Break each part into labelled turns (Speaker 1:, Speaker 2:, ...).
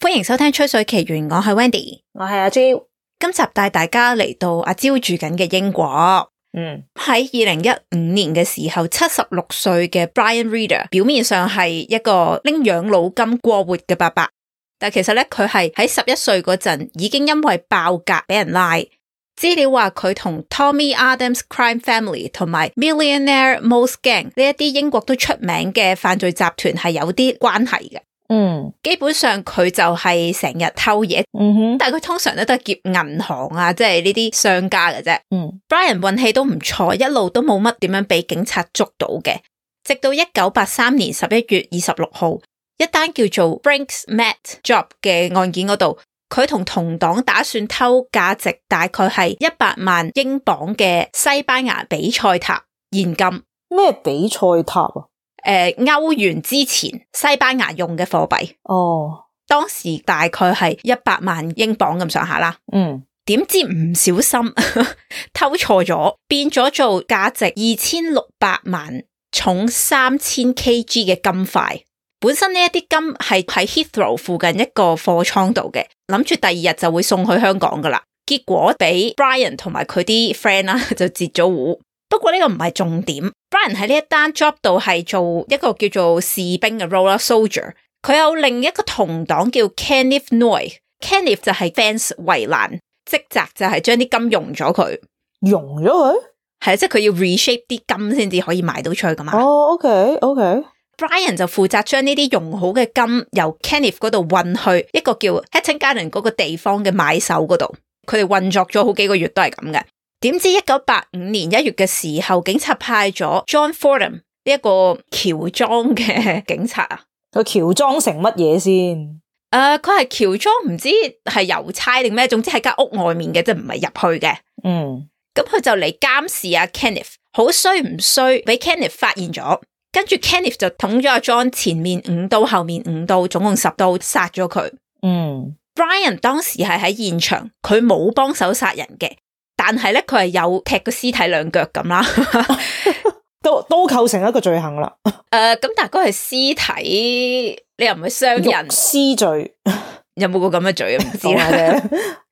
Speaker 1: 歡迎收聽《吹水奇緣》，我係 Wendy。
Speaker 2: 我係阿 J，
Speaker 1: 今集帶大家嚟到阿蕉住緊嘅英國。
Speaker 2: 嗯，
Speaker 1: 喺二零一五年嘅時候，七十六歲嘅 Brian Reader 表面上係一個拎養老金過活嘅伯伯，但其實咧佢係喺十一歲嗰陣已經因為爆格俾人拉。資料話佢同 Tommy Adams Crime Family 同埋 Millionaire Mouse Gang 呢一啲英國都出名嘅犯罪集團係有啲關係嘅。
Speaker 2: 嗯，
Speaker 1: 基本上佢就係成日偷嘢，
Speaker 2: 嗯哼，
Speaker 1: 但係佢通常咧都係劫銀行啊，即係呢啲商家嘅啫。
Speaker 2: 嗯，
Speaker 1: Brian 運氣都唔錯，一路都冇乜點樣俾警察捉到嘅。直到一九八三年十一月二十六號，一單叫做 Brinks Matt Job 嘅案件嗰度，佢同同黨打算偷價值大概係一百萬英鎊嘅西班牙比賽塔現金，
Speaker 2: 咩比賽塔啊？
Speaker 1: 诶、歐元之前西班牙用嘅貨幣，
Speaker 2: 哦，
Speaker 1: 當時大概係一百萬英鎊咁上下啦。
Speaker 2: 嗯，
Speaker 1: 點知唔小心 偷錯咗，變咗做價值二千六百萬、重三千 kg 嘅金塊。本身呢一啲金係喺 Heathrow 附近一個貨倉度嘅，諗住第二日就會送去香港噶啦。結果俾 Brian 同埋佢啲 friend 啦 就截咗糊。不過呢個唔係重點，Brian 喺呢一單 job 度係做一個叫做士兵嘅 role 啦，soldier。佢有另一個同黨叫 Kenneth Noy，Kenneth 就係 fence 圍欄。職責就係將啲金用咗佢，
Speaker 2: 融咗佢？
Speaker 1: 係啊，即係佢要 reshape 啲金先至可以賣到出去噶嘛。
Speaker 2: 哦，OK，OK，
Speaker 1: Brian 就負責將呢啲用好嘅金由 Kenneth 嗰度運去一個叫 Hatton Garden 嗰個地方嘅買手嗰度。佢哋運作咗好幾個月都係咁嘅。點知一九八五年一月嘅時候，警察派咗 John Fordham 呢一個喬裝嘅 警察啊。
Speaker 2: 佢喬裝成乜嘢先？
Speaker 1: 誒、佢係喬裝，唔知係郵差定咩，總之喺間屋外面嘅，即係唔係入去嘅。
Speaker 2: 嗯，
Speaker 1: 咁佢就嚟監視阿 Kenneth，好衰唔衰，俾 Kenneth 發現咗，跟住 Kenneth 就捅咗阿 John 前面五刀，後面五刀，總共十刀，殺咗佢。
Speaker 2: 嗯，
Speaker 1: Brian 當時係喺現場，佢冇幫手殺人嘅，但係咧佢係有踢個屍體兩腳咁啦。
Speaker 2: 都都構成一個罪行啦，
Speaker 1: 誒、咁但係嗰係屍體，你又唔係傷
Speaker 2: 辱
Speaker 1: 人，
Speaker 2: 私罪，
Speaker 1: 有冇個咁嘅罪啊？唔知
Speaker 2: 講下
Speaker 1: 啦。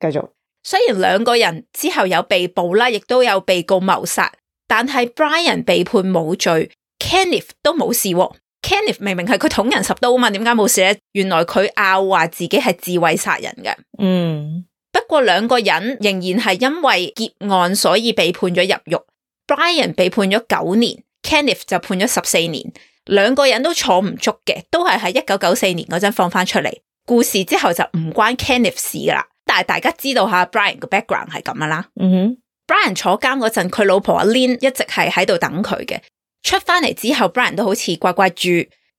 Speaker 2: 啫，繼續，
Speaker 1: 雖然兩個人之後有被捕啦，亦都有被告謀殺，但係 Brian 被判冇罪，Kenneth 都冇事喎。Kenneth 明明係佢捅人十刀啊嘛，點解冇事咧？原來佢拗話自己係自衛殺人嘅。
Speaker 2: 嗯，
Speaker 1: 不過兩個人仍然係因為劫案所以被判咗入獄。Brian 被判咗九年，Kenneth 就判咗十四年，兩個人都坐唔足嘅，都係喺一九九四年嗰陣放翻出嚟。故事之後就唔關 Kenneth 事噶啦，但係大家知道下 Brian 個 background 係咁樣啦。
Speaker 2: 嗯哼，
Speaker 1: Brian 坐監嗰陣，佢老婆阿 Lin 一直係喺度等佢嘅。出翻嚟之後，Brian 都好似乖乖住，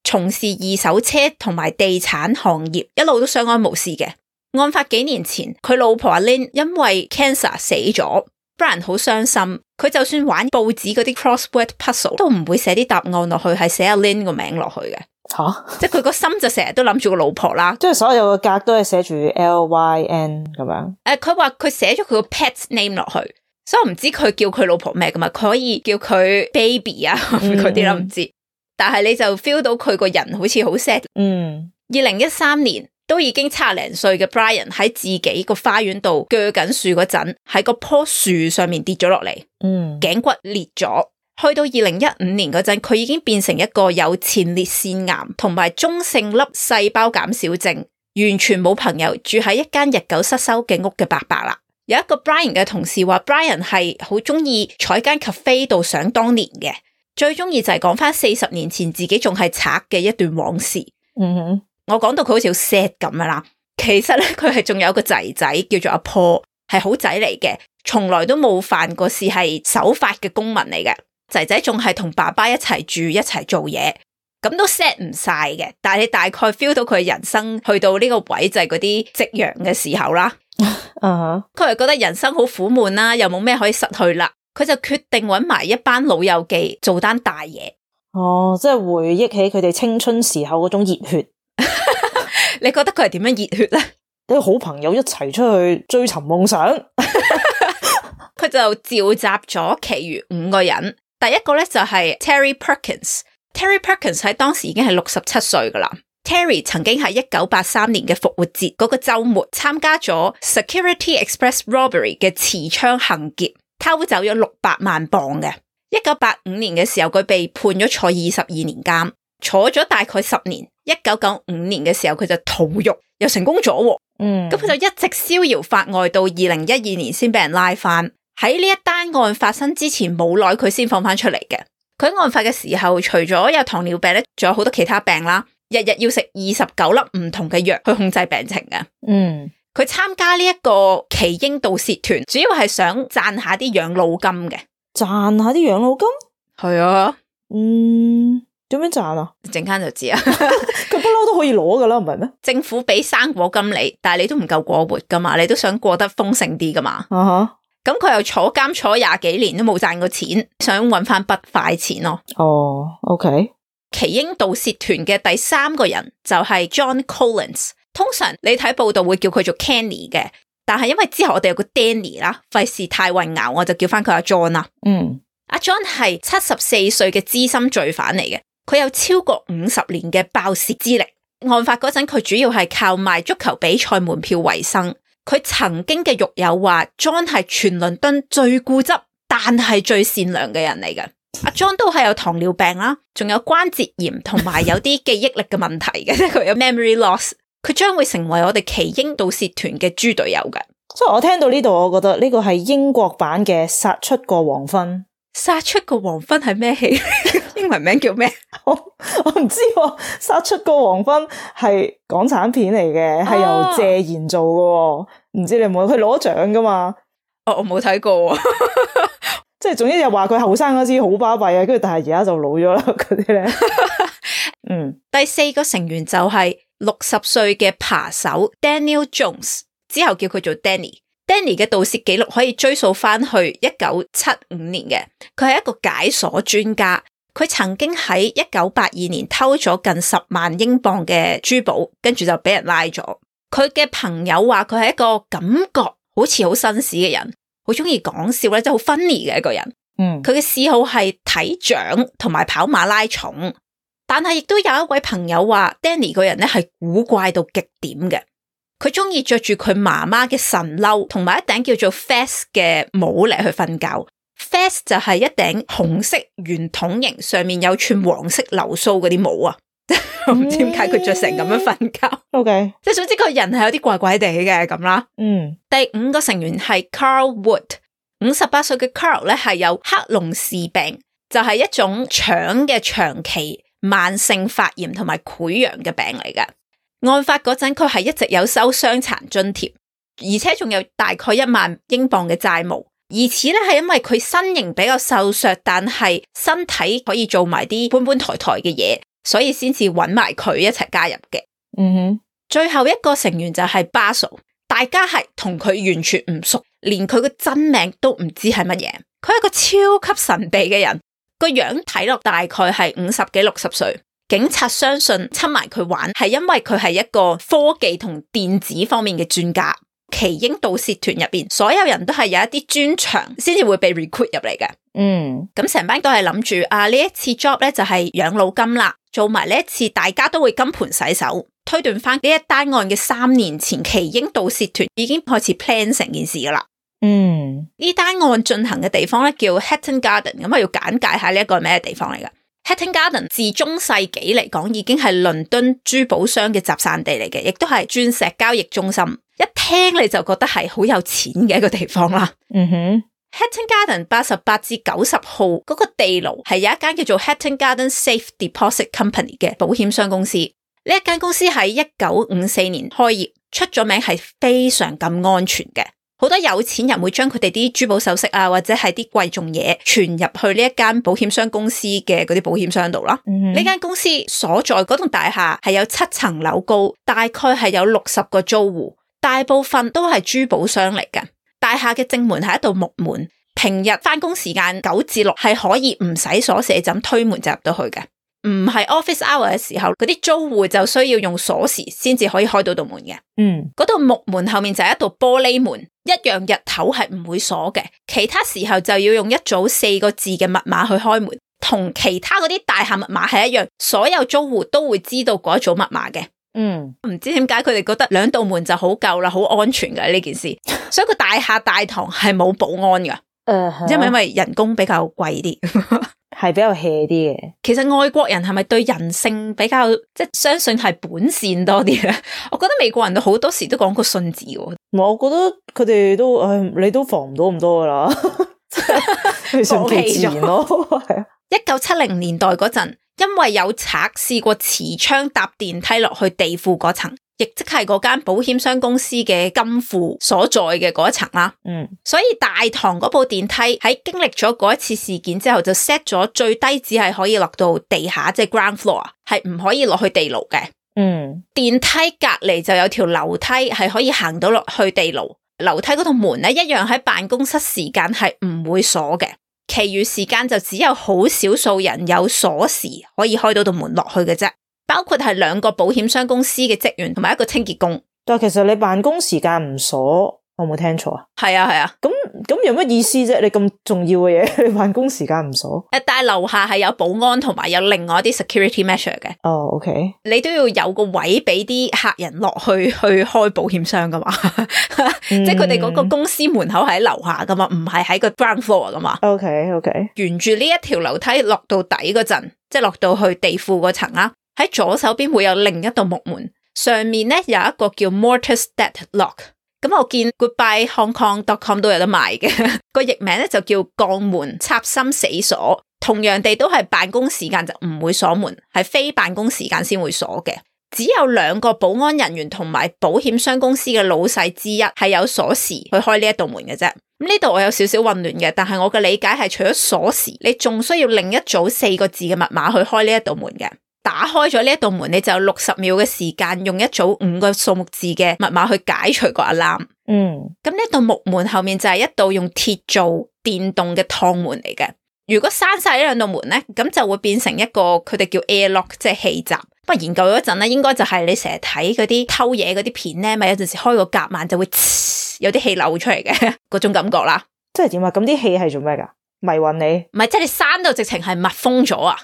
Speaker 1: 從事二手車同埋地產行業，一路都相安無事嘅。案發幾年前，佢老婆阿 Lin 因為 cancer 死咗，Brian 好傷心。佢就算玩報紙嗰啲 crossword puzzle 都唔會寫啲答案落去，係寫阿 Lin 個名落去嘅。
Speaker 2: 吓，
Speaker 1: 即係佢個心就成日都諗住個老婆啦。
Speaker 2: 即係所有嘅格都係寫住 L Y N 咁樣，
Speaker 1: 誒，呃佢話佢寫咗佢個 pet name 落去，所以我唔知佢叫佢老婆咩噶嘛，佢可以叫佢 baby 啊
Speaker 2: 嗯
Speaker 1: 嗰啲啦，唔知。但係你就 feel 到佢個人好似好 sad。
Speaker 2: 嗯，
Speaker 1: 二零一三年都已經七零歲嘅 Brian 喺自己個花園度鋸緊樹嗰陣，喺個棵樹上面跌咗落嚟，
Speaker 2: 嗯，
Speaker 1: 頸骨裂咗。去到二零一五年嗰陣，佢已經變成一個有前列腺癌同埋中性粒細胞減少症，完全冇朋友，住喺一間日久失修嘅屋嘅伯伯啦。有一個 Brian 嘅同事話，Brian 係好中意坐喺間 cafe 度想當年嘅，最中意就係講翻四十年前自己仲係賊嘅一段往事。
Speaker 2: 嗯哼，
Speaker 1: 我講到佢好似好 sad 咁樣啦，其實咧 佢係仲有個仔仔叫做阿 Paul，係好仔嚟嘅，從來都冇犯過事，係守法嘅公民嚟嘅。仔仔仲係同爸爸一齊住，一齊做嘢，咁都 sad 唔晒嘅。但係你大概 feel 到佢人生去到呢個位就係嗰啲夕陽嘅時候啦。
Speaker 2: 啊哈，
Speaker 1: 佢係覺得人生好苦悶啦，又冇咩可以失去啦，佢就決定揾埋一班老友記做單大嘢。
Speaker 2: 哦，即係回憶起佢哋青春時候嗰種熱血。
Speaker 1: 你覺得佢係點樣熱血咧？
Speaker 2: 啲好朋友一齊出去追尋夢想，
Speaker 1: 就召集咗其餘五個人。第一個咧就係 Terry Perkins。Terry Perkins 喺當時已經係六十七歲噶啦。Terry 曾經喺一九八三年嘅復活節嗰個週末參加咗 Security Express Robbery 嘅持槍行劫，偷走咗六百萬磅嘅。一九八五年嘅時候，佢被判咗坐二十二年監，坐咗大概十年。一九九五年嘅時候，佢就逃獄，又成功咗喎。
Speaker 2: 嗯，
Speaker 1: 咁佢就一直逍遙法外到二零一二年先俾人拉翻。喺呢一單案發生之前冇耐，佢先放翻出嚟嘅。佢喺案發嘅時候，除咗有糖尿病咧，仲有好多其他病啦，日日要食二十九粒唔同嘅藥去控制病情嘅。
Speaker 2: 嗯
Speaker 1: 佢參加呢一個奇英盜竊團，主要係想賺下啲養老金嘅。
Speaker 2: 賺下啲養老金，
Speaker 1: 係啊，
Speaker 2: 嗯，點樣賺啊？
Speaker 1: 陣間就知啊。
Speaker 2: 佢不嬲都可以攞噶啦，唔係咩？
Speaker 1: 政府俾生果金你，但係你都唔夠過活噶嘛，你都想過得豐盛啲噶嘛。
Speaker 2: 啊哈，
Speaker 1: 咁佢又坐監坐廿幾年都冇賺過錢，想揾翻筆快錢咯。
Speaker 2: 哦，OK，
Speaker 1: 奇英盜竊團嘅第三個人就係 John Collins。通常你睇報道會叫佢做 Kenny 嘅，但係因為之後我哋有個 Danny 啦，費事太混淆，我就叫翻佢阿 John 啦。
Speaker 2: 嗯
Speaker 1: 阿 John 係七十四歲嘅資深罪犯嚟嘅，佢有超過五十年嘅爆竊資歷。案發嗰陣，佢主要係靠賣足球比賽門票為生。佢曾經嘅獄友話，John 係全倫敦最固執，但係最善良嘅人嚟嘅。阿 John 都係有糖尿病啦，仲有關節炎同埋有啲記憶力嘅問題嘅， 即係佢有 memory loss。佢將會成為我哋奇英盜竊團嘅豬隊友嘅。
Speaker 2: 所以我聽到呢度，我覺得呢個係英國版嘅《殺出個黃昏》
Speaker 1: 殺出個黃昏係咩戲？英文名叫咩？
Speaker 2: 我。我唔知喎，《殺出個黃昏》係港產片嚟嘅，係由
Speaker 1: 哦
Speaker 2: 謝賢做嘅喎，唔知你有冇？佢攞獎噶嘛？
Speaker 1: 哦，我冇睇過喎。
Speaker 2: 即係總之就話佢後生嗰時好巴閉啊，跟住但係而家就老咗啦嗰啲 咧。嗯
Speaker 1: 第四個成員就係六十歲嘅扒手 Daniel Jones，之後叫佢做 Danny。Danny 嘅盜竊記錄可以追溯翻去一九七五年嘅，佢係一個解鎖專家。佢曾經喺一九八二年偷咗近十萬英鎊嘅珠寶，跟住就俾人拉咗。佢嘅朋友話佢係一個感覺好似好紳士嘅人，好中意講笑咧，即係好 funny 嘅一個人。
Speaker 2: 嗯，
Speaker 1: 佢嘅嗜好係睇獎同埋跑馬拉松，但係亦都有一位朋友話 Danny 個人咧係古怪到極點嘅。佢中意着住佢媽媽嘅神褸同埋一頂叫做 Fess 嘅帽嚟去瞓覺。Fess 就係一頂紅色圓筒形，上面有串黃色流蘇嗰啲帽啊！ 我唔知點解佢着成咁樣瞓覺，
Speaker 2: OK，
Speaker 1: 即係總之佢人係有啲怪怪地嘅咁啦。
Speaker 2: 嗯
Speaker 1: 第五個成員係 Carl Wood，五十八歲嘅 Carl 咧係有克隆氏病，就係、一種腸嘅長期慢性發炎同埋潰瘍嘅病嚟㗎。案發嗰陣，佢係一直有收傷殘津貼，而且仲有大概一萬英鎊嘅債務。而此咧係因為佢身形比較瘦削，但係身體可以做埋啲搬搬抬抬嘅嘢，所以先至揾埋佢一齊加入嘅。
Speaker 2: 嗯哼，
Speaker 1: 最後一個成員就係 Basil，大家係同佢完全唔熟，連佢個真名都唔知係乜嘢。佢係一個超級神秘嘅人，個樣睇落大概係五十幾六十歲。警察相信侵埋佢玩係因為佢係一個科技同電子方面嘅專家。奇英盜竊團入邊，所有人都係有一啲專長先至會被 recruit 入嚟嘅。
Speaker 2: 嗯
Speaker 1: 咁成班都係諗住啊，呢一次 job 咧就係養老金啦，做埋呢一次大家都會金盆洗手。推斷翻呢一單案嘅三年前，奇英盜竊團已經開始 plan 成件事噶啦。
Speaker 2: 嗯
Speaker 1: 呢單案進行嘅地方咧叫 Hatton Garden，咁我要簡介下呢一個係咩地方嚟噶。Hatton Garden 自中世紀嚟講已經係倫敦珠寶商嘅集散地嚟嘅，亦都係鑽石交易中心。一聽你就覺得係好有錢嘅一個地方啦。
Speaker 2: 嗯哼，
Speaker 1: Hatton Garden 八十八至九十號嗰個地牢係有一間叫做 Hatton Garden Safe Deposit Company 嘅保險箱公司。呢一間公司喺一九五四年開業，出咗名係非常咁安全嘅。好多有錢人會將佢哋啲珠寶首飾啊，或者係啲貴重嘢存入去呢一間保險箱公司嘅嗰啲保險箱度啦。
Speaker 2: 嗯
Speaker 1: 呢間公司所在嗰棟大廈係有七層樓高，大概係有六十個租戶，大部分都係珠寶商嚟嘅。大廈嘅正門係一道木門，平日翻工時間九至六係可以唔使鎖死就咁推門就入到去嘅。唔係 office hour 嘅時候，嗰啲租户就需要用鎖匙先至可以開到道門嘅。
Speaker 2: 嗯，
Speaker 1: 嗰道木門後面就係一道玻璃門，一樣日頭係唔會鎖嘅，其他時候就要用一組四個字嘅密碼去開門，同其他嗰啲大廈密碼係一樣，所有租戶都會知道嗰一組密碼嘅。
Speaker 2: 嗯，
Speaker 1: 唔知點解佢哋覺得兩道門就好夠啦，好安全嘅呢件事，所以個大廈大堂係冇保安噶，
Speaker 2: 誒
Speaker 1: 因為因為人工比較貴啲。
Speaker 2: 係比較 hea 啲嘅。
Speaker 1: 其實外國人係咪對人性比較即係相信係本善多啲咧？我覺得美國人好多時都講個信字喎，
Speaker 2: 我覺得佢哋都，唉，你都防唔到咁多噶 啦，即係順其自然咯，係啊，
Speaker 1: 一九七零年代嗰陣，因為有賊試過持槍搭電梯落去地庫嗰層，亦即係嗰間保險商公司嘅金庫所在嘅嗰一層啦。
Speaker 2: 嗯
Speaker 1: 所以大堂嗰部電梯喺經歷咗嗰一次事件之後，就 set 咗最低只係可以落到地下，即係 ground floor，係啊唔可以落去地牢嘅。
Speaker 2: 嗯
Speaker 1: 電梯隔離就有條樓梯係可以行到落去地牢，樓梯嗰度門咧一樣喺辦公室時間係唔會鎖嘅，其餘時間就只有好少數人有鎖匙可以開到道門落去嘅啫，包括係兩個保險商公司嘅職員同埋一個清潔工。
Speaker 2: 但係其實你辦公時間唔鎖，我冇聽錯啊？
Speaker 1: 係啊係啊，
Speaker 2: 咁咁有乜意思啫？你咁重要嘅嘢，你 辦公時間唔鎖？
Speaker 1: 誒但係樓下係有保安同埋有另外一啲 security measure 嘅，
Speaker 2: 哦，OK，
Speaker 1: 你都要有個位俾啲客人落去 去開保險箱噶嘛，
Speaker 2: 即
Speaker 1: 即係佢哋嗰個公司門口係喺樓下噶嘛，唔係喺個 ground floor 噶嘛。
Speaker 2: OK，OK，
Speaker 1: 沿住呢一條樓梯落到底嗰陣，即係落到去地庫嗰層啦。喺左手邊會有另一道木門，上面咧有一個叫 Mortis Dead Lock。咁我見 Goodbye Hong Kong dot com 都有得賣嘅， 個譯名咧就叫鋼門插心死鎖。同樣地都係辦公時間就唔會鎖門，係非辦公時間先會鎖嘅。只有兩個保安人員同埋保險商公司嘅老細之一係有鎖匙去開呢一道門嘅啫。咁呢度我有少少混亂嘅，但係我嘅理解係除咗鎖匙，你仲需要另一組四個字嘅密碼去開呢一道門嘅。打開咗呢一道門，你就有六十秒嘅時間用一組五個數目字嘅密碼去解除個 alarm。
Speaker 2: 嗯
Speaker 1: 咁呢道木門後面就係一道用鐵做電動嘅趟門嚟嘅。如果閂晒呢兩道門咧，咁就會變成一個佢哋叫 airlock，即係氣閘。不過研究咗一陣咧，應該就係你成日睇嗰啲偷嘢嗰啲片咧，咪有陣時開個夾萬就會嘶有啲氣漏出嚟嘅嗰種感覺啦。
Speaker 2: 即係點啊？咁啲氣係做咩噶？迷暈你，
Speaker 1: 唔係，即係你閂到直情係密封咗啊！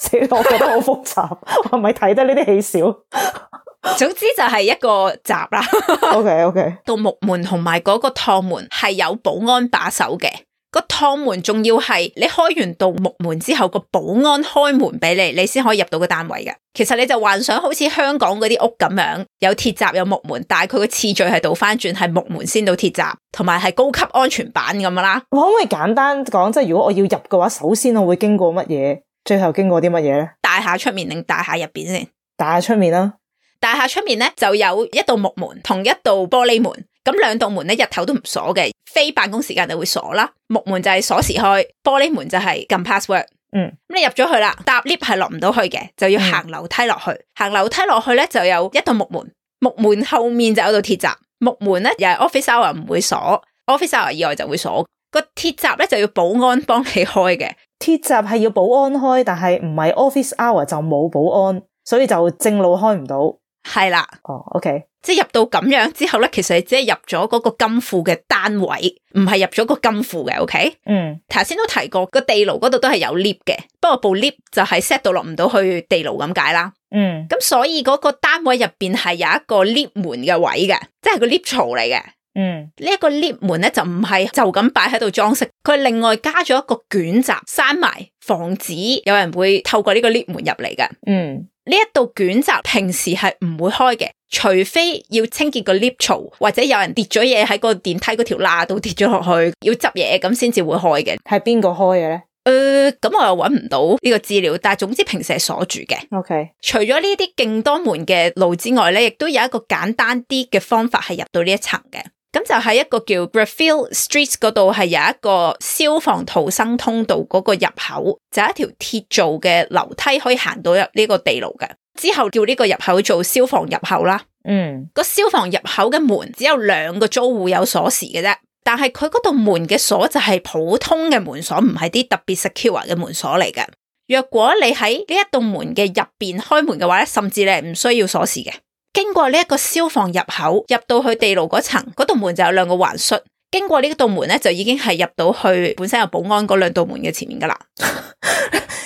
Speaker 2: 死啦！我覺得好複雜，我係咪睇得呢啲氣少
Speaker 1: 總之就係一個閘 啦。
Speaker 2: ？OK，OK，
Speaker 1: 道木門同埋嗰個趟門係有保安把守嘅。個趟門仲要係你開完道木門之後，個保安開門俾你，你先可以入到個單位嘅。其實你就幻想好似香港嗰啲屋咁樣，有鐵閘有木門，但係佢個次序係倒翻轉，係木門先到鐵閘，同埋係高級安全版咁樣啦。
Speaker 2: 我可唔可以簡單講，即係如果我要入嘅話，首先我會經過乜嘢？最後經過啲乜嘢咧？
Speaker 1: 大廈出面定大廈入邊先？
Speaker 2: 打出面啦，
Speaker 1: 大廈出面咧就有一道木門同一道玻璃門，咁兩道門咧日頭都唔鎖嘅，非辦公時間就會鎖啦。木門就係鎖匙開，玻璃門就係撳 password。
Speaker 2: 嗯，
Speaker 1: 咁你入咗去啦，搭 lift 係落唔到去嘅，就要行樓梯落去。行樓梯落去咧就有一道木門，木門後面就有道鐵閘，木門咧又係 office hour 唔會鎖，office hour 以外就會鎖。個鐵閘咧就要保安幫你開嘅。
Speaker 2: 鐵閘係要保安開，但係唔係 office hour 就冇保安，所以就正路開唔到。
Speaker 1: 係啦，
Speaker 2: 哦，OK，
Speaker 1: 即係入到咁樣之後咧，其實你只係入咗嗰個金庫嘅單位，唔係入咗個金庫嘅。OK，
Speaker 2: 嗯
Speaker 1: 頭先都提過個地牢嗰度都係有 lift 嘅，不過部 lift 就係 set 到落唔到去地牢咁解啦。
Speaker 2: 嗯
Speaker 1: 咁所以嗰個單位入邊係有一個 lift 門嘅位嘅，即係個 lift 槽嚟嘅。
Speaker 2: 嗯，
Speaker 1: 呢一個 lift 門咧就唔係就咁擺喺度裝飾，佢另外加咗一個捲閘閂埋，防止有人會透過呢個 lift 門入嚟嘅。
Speaker 2: 嗯
Speaker 1: 呢一道捲閘平時係唔會開嘅，除非要清潔個 lift 槽，或者有人跌咗嘢喺個電梯嗰條罅度跌咗落去，要執嘢咁先至會開嘅。
Speaker 2: 係邊個開嘅咧
Speaker 1: 誒、咁我又揾唔到呢個資料，但係總之平時係鎖住嘅。
Speaker 2: ？OK，
Speaker 1: 除咗呢啲勁多門嘅路之外咧，亦都有一個簡單啲嘅方法係入到呢一層嘅。咁就喺一個叫 Graffield Street 嗰度係有一個消防逃生通道嗰個入口，就係一條鐵做嘅樓梯可以行到入呢個地牢嘅。之後叫呢個入口做消防入口啦。
Speaker 2: 嗯
Speaker 1: 個消防入口嘅門只有兩個租戶有鎖匙嘅啫，但係佢嗰度門嘅鎖就係普通嘅門鎖，唔係啲特別 secure 嘅門鎖嚟嘅。若果你喺呢一棟門嘅入邊開門嘅話咧，甚至你係唔需要鎖匙嘅。經過呢一個消防入口，入到去地牢嗰層，嗰道門就有兩個環摔。經過呢一道門咧，就已經係入到去本身有保安嗰兩道門嘅前面噶啦，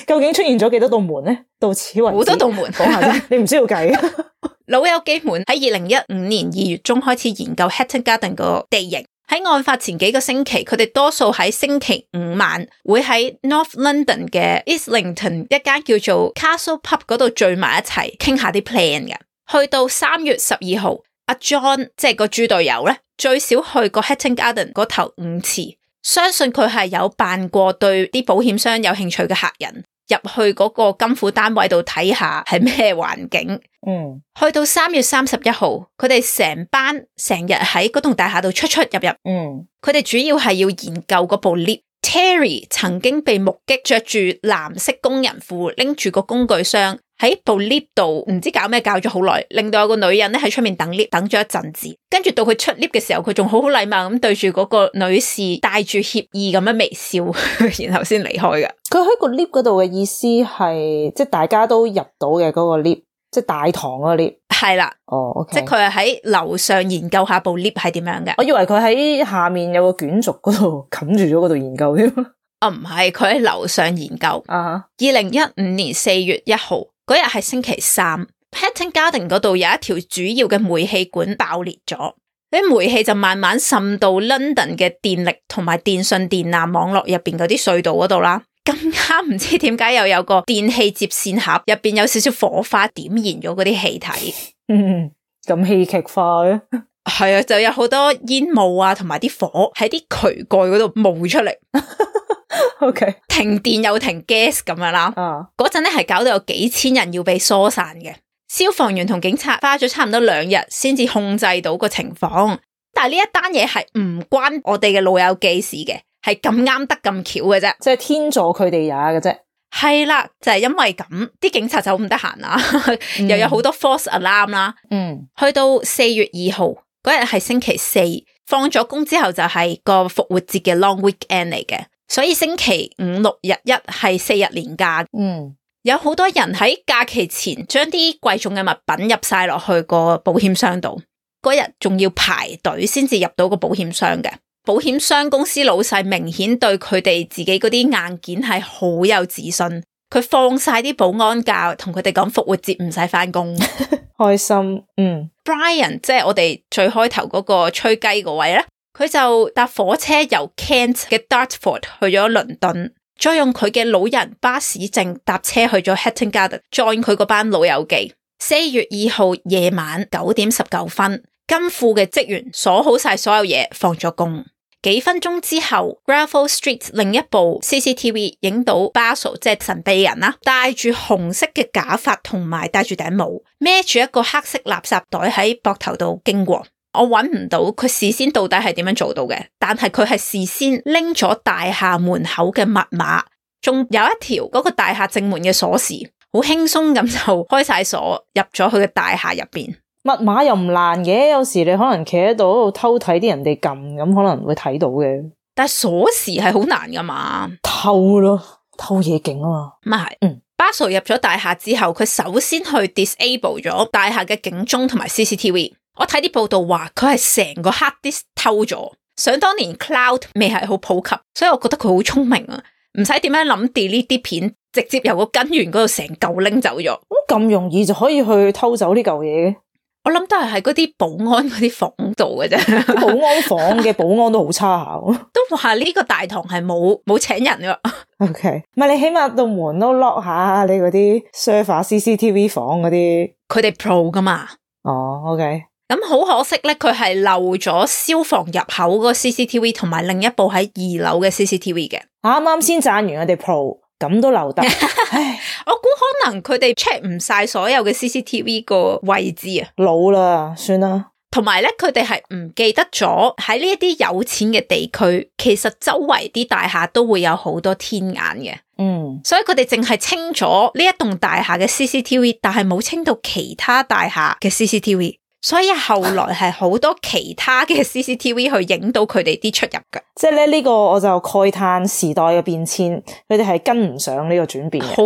Speaker 2: 究竟出現咗幾多道門咧？到此為止
Speaker 1: 好多道門。
Speaker 2: 講下啫，你唔需要計。
Speaker 1: 老友記們喺二零一五年二月中開始研究 Hatton Garden 個地形。喺案發前幾個星期，佢哋多數喺星期五晚會喺 North London 嘅 Islington 一間叫做 Castle Pub 嗰度聚埋一齊傾下啲 plan 嘅。去到三月十二號，阿 John 即係個豬隊友咧，最少去過 Hatton Garden 嗰頭五次，相信佢係有扮過對啲保險箱有興趣嘅客人入去嗰個金庫單位度睇下係咩環境。
Speaker 2: 嗯，
Speaker 1: 去到三月三十一號，佢哋成班成日喺嗰棟大廈度出出入入，
Speaker 2: 嗯，
Speaker 1: 佢哋主要係要研究嗰部 lift。Terry 曾經被目擊着住藍色工人褲，拎住個工具箱喺部 lift 度，唔知搞咩搞咗好耐，令到有個女人咧喺出面等 lift，等咗一陣子，跟住到佢出 lift 嘅時候，佢仲好好禮貌咁對住嗰個女士帶住歉意咁樣微笑， 然後先離開㗎。
Speaker 2: 佢喺個 lift 嗰度嘅意思係，即係大家都入到嘅嗰個 lift，即係大堂嗰個 lift。
Speaker 1: 係啦，
Speaker 2: 哦，OK，
Speaker 1: 即係佢係喺樓上研究下部 lift 係點樣嘅。
Speaker 2: 我以為佢喺下面有個卷軸嗰度冚住咗嗰度研究添。
Speaker 1: 哦，唔係，佢喺樓上研究。
Speaker 2: 啊，
Speaker 1: 二零一五年四月一號嗰日係星期三，Hatton Garden 嗰度有一條主要嘅煤氣管爆裂咗，啲煤氣就慢慢滲到 London 嘅電力同埋電信電纜網絡入邊嗰啲隧道嗰度啦。咁啱唔知點解又有個電器接線盒入邊有少少火花點燃咗嗰啲氣體，
Speaker 2: 嗯， 咁戲劇化嘅，
Speaker 1: 係啊，就有好多煙霧啊，同埋啲火喺啲渠蓋嗰度冒出嚟，
Speaker 2: OK，
Speaker 1: 停電又停 gas 咁樣啦。
Speaker 2: 啊，
Speaker 1: 嗰陣咧係搞到有幾千人要被疏散嘅，消防員同警察花咗差唔多兩日先至控制到個情況。但係呢一單嘢係唔關我哋嘅老友記事嘅，係咁啱得咁巧嘅啫。
Speaker 2: 即係天助佢哋也嘅啫。
Speaker 1: 係啦，就係、因為咁，啲警察就好唔得閒啦， 嗯又有好多 false alarm 啦。
Speaker 2: 嗯，
Speaker 1: 去到四月二號嗰日係星期四，放咗工之後就係個復活節嘅 long weekend 嚟嘅，所以星期五六日一係四日連假
Speaker 2: 嗯，
Speaker 1: 有好多人喺假期前將啲貴重嘅物品入晒落去個保險箱度，嗰日仲要排隊先至入到個保險箱嘅。保險箱公司老細明顯對佢哋自己嗰啲硬件係好有自信，佢放晒啲保安假，同佢哋講復活節唔使翻工。
Speaker 2: 開心，嗯，
Speaker 1: Brian 即係我哋最開頭嗰個吹雞嗰位咧，佢就搭火車由 Kent 嘅 Dartford 去咗倫敦，再用佢嘅老人巴士證搭車去咗 Hatton Garden，join 佢嗰班老友記。四月二號夜晚九點十九分，金庫嘅職員鎖好晒所有嘢，放咗工。幾分鐘之後，Gravell Street 另一部 CCTV 影到 Basil 即係神秘人啦，戴住紅色嘅假髮同埋戴住頂帽，孭住一個黑色垃圾袋喺膊頭度經過。我揾唔到佢事先到底係點樣做到嘅，但係佢係事先拎咗大廈門口嘅密碼，仲有一條嗰個大廈正門嘅鎖匙，好輕鬆咁就開晒鎖入咗佢嘅大廈入邊。
Speaker 2: 密碼又唔爛嘅，有時你可能企喺度偷睇啲人哋撳，咁可能會睇到嘅，
Speaker 1: 但係鎖匙係好難噶嘛。
Speaker 2: 偷咯，偷嘢勁啊嘛，
Speaker 1: 咁啊係。
Speaker 2: 嗯
Speaker 1: ，Basil 入咗大廈之後，佢首先去 disable 咗大廈嘅警鐘同埋 CCTV。我睇啲報道話佢係成個 hard disk 偷咗。想當年 cloud 未係好普及，所以我覺得佢好聰明啊，唔使點樣諗 delete 啲片，直接由個根源嗰度成嚿拎走咗。
Speaker 2: 咁咁容易就可以去偷走呢嚿嘢嘅，
Speaker 1: 我諗都係喺嗰啲保安嗰啲房度嘅
Speaker 2: 啲
Speaker 1: 啫，
Speaker 2: 保安房嘅保安都好差下喎。
Speaker 1: 都話呢個大堂係冇冇請人㗎。
Speaker 2: O K，唔係你起碼道門都 lock 下，你嗰啲 server C C T V 房嗰啲，
Speaker 1: 佢哋 pro 噶嘛。
Speaker 2: 哦，O K，
Speaker 1: 咁好可惜咧，佢係漏咗消防入口嗰個 CCTV 同埋另一部喺二樓嘅 CCTV 嘅。
Speaker 2: 啱啱先讚完我哋 pro，咁都 留得，唉，
Speaker 1: 我估可能佢哋 check 唔晒所有嘅 CCTV 個位置啊，
Speaker 2: 老啦，算啦，
Speaker 1: 同埋咧佢哋係唔記得咗喺呢一啲有錢嘅地區，其實周圍啲大廈都會有好多天眼嘅，
Speaker 2: 嗯，
Speaker 1: 所以佢哋淨係清咗呢一棟大廈嘅 CCTV，但係冇清到其他大廈嘅 CCTV。所以後來係好多其他嘅 CCTV 去影到佢哋啲出入嘅，
Speaker 2: 即係咧呢個我就慨嘆時代嘅變遷，佢哋係跟唔上呢個轉變嘅，
Speaker 1: 好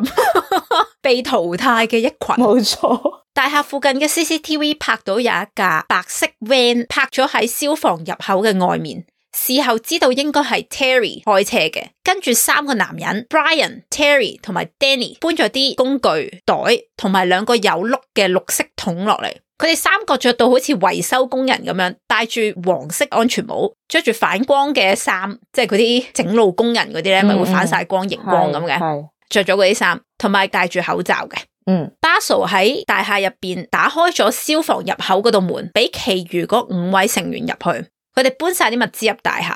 Speaker 1: 慘， 被淘汰嘅一群。
Speaker 2: 冇錯。
Speaker 1: 大廈附近嘅 CCTV 拍到有一架白色 van 泊咗喺消防入口嘅外面。事後知道應該係 Terry 開車嘅，跟住三個男人 Brian、Terry 同埋 Danny 搬咗啲工具袋同埋兩個有碌嘅綠色桶落嚟。佢哋三個着到好似維修工人咁樣，戴住黃色安全帽，着住反光嘅衫，即係嗰啲整路工人嗰啲咧，咪會反晒光、熒 光咁嘅，
Speaker 2: 嗯係
Speaker 1: 着咗嗰啲衫，同埋戴住口罩嘅。
Speaker 2: 嗯，
Speaker 1: Basil 喺大廈入邊打開咗消防入口嗰度門，俾其餘嗰五位成員入去。佢哋搬晒啲物資入大廈。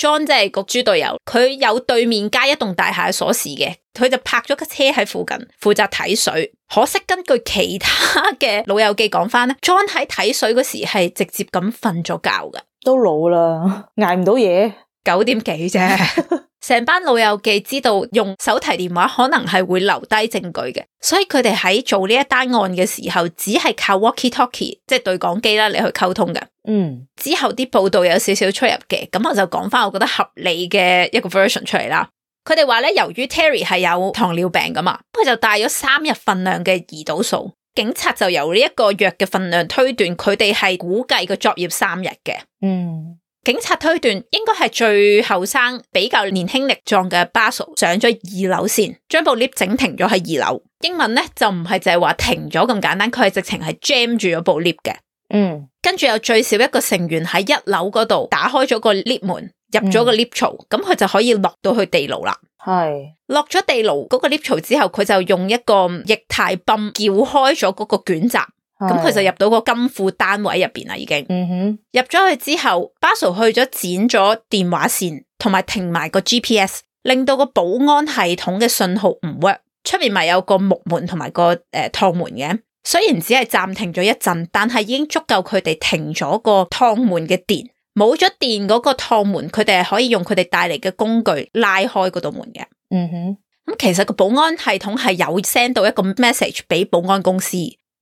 Speaker 1: John 即係個豬隊友，佢有對面街一棟大廈嘅鎖匙嘅，佢就泊咗架車喺附近，負責睇水。可惜根據其他嘅老友記講翻咧，John 喺睇水嗰時係直接咁瞓咗覺噶。
Speaker 2: 都老啦，捱唔到嘢。
Speaker 1: 九點幾啫。成班老友記知道用手提電話可能係會留低證據嘅，所以佢哋喺做呢一單案嘅時候，只係靠 walkie talkie，即係對講機啦，嚟去溝通嘅。
Speaker 2: 嗯，
Speaker 1: 之後啲報道有少少出入嘅，咁我就講翻我覺得合理嘅一個 version 出嚟啦。佢哋話咧，由於 Terry 係有糖尿病噶嘛，佢就帶咗三日份量嘅胰島素。警察就由呢一個藥嘅份量推斷，佢哋係估計個作業三日嘅。
Speaker 2: 嗯，
Speaker 1: 警察推斷應該係最後生、比較年輕力壯嘅 Basil 上咗二樓先，將部 lift 整停咗喺二樓。英文咧就唔係就係話停咗咁簡單，佢係直情係 jam 住咗部 lift 嘅。
Speaker 2: 嗯，
Speaker 1: 跟住有最少一個成員喺一樓嗰度打開咗個 lift 門，入咗個 lift 槽，咁佢就可以落到去地牢啦。
Speaker 2: 係，
Speaker 1: 落咗地牢嗰個 lift 槽之後，佢就用一個液態泵撬開咗嗰個捲閘，咁佢就
Speaker 2: 係，
Speaker 1: 入到個金庫單位入邊啦，已經。
Speaker 2: 嗯哼，
Speaker 1: 入咗去之後，Basil 去咗剪咗電話線，同埋停埋個 GPS，令到個保安系統嘅信號唔 work。出面咪有個木門同埋個誒趟門嘅，雖然只係暫停咗一陣，但係已經足夠佢哋停咗個趟門嘅電。冇咗電嗰個趟門，佢哋係可以用佢哋帶嚟嘅工具拉開嗰道門嘅。
Speaker 2: 嗯哼，
Speaker 1: 咁其實個保安系統係有 send 到一個 message 俾保安公司，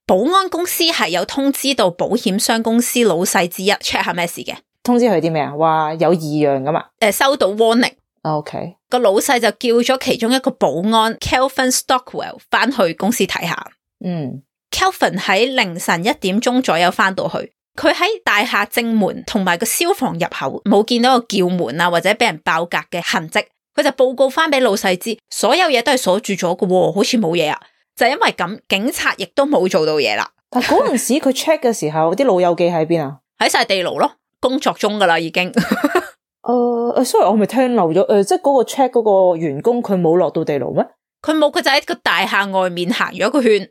Speaker 1: 保安公司係有通知到保險商公司老細之一 check 下咩事嘅。
Speaker 2: 通知佢啲咩啊？話有異樣噶嘛
Speaker 1: 誒收到 warning，
Speaker 2: ？OK，
Speaker 1: 個老細就叫咗其中一個保安 Kelvin Stockwell 翻去公司睇下。
Speaker 2: 嗯，
Speaker 1: Kelvin 喺凌晨一點鐘左右翻到去，佢喺大廈正門同埋個消防入口冇見到個叫門啊或者俾人爆格嘅痕跡，佢就報告翻俾老細知，所有嘢都係鎖住咗嘅喎，好似冇嘢啊。就因為咁，警察亦都冇做到嘢啦，
Speaker 2: 但嗰陣時佢 check 嘅時候，啲老友記喺 邊啊？
Speaker 1: 喺晒地牢咯，工作中噶啦已經。 呃
Speaker 2: 誒、誒 s o r r y 哦我咪聽漏咗，誒、呃即係嗰個 check 嗰個員工佢冇落到地牢咩？
Speaker 1: 佢冇，佢就喺個大廈外面行咗一個圈，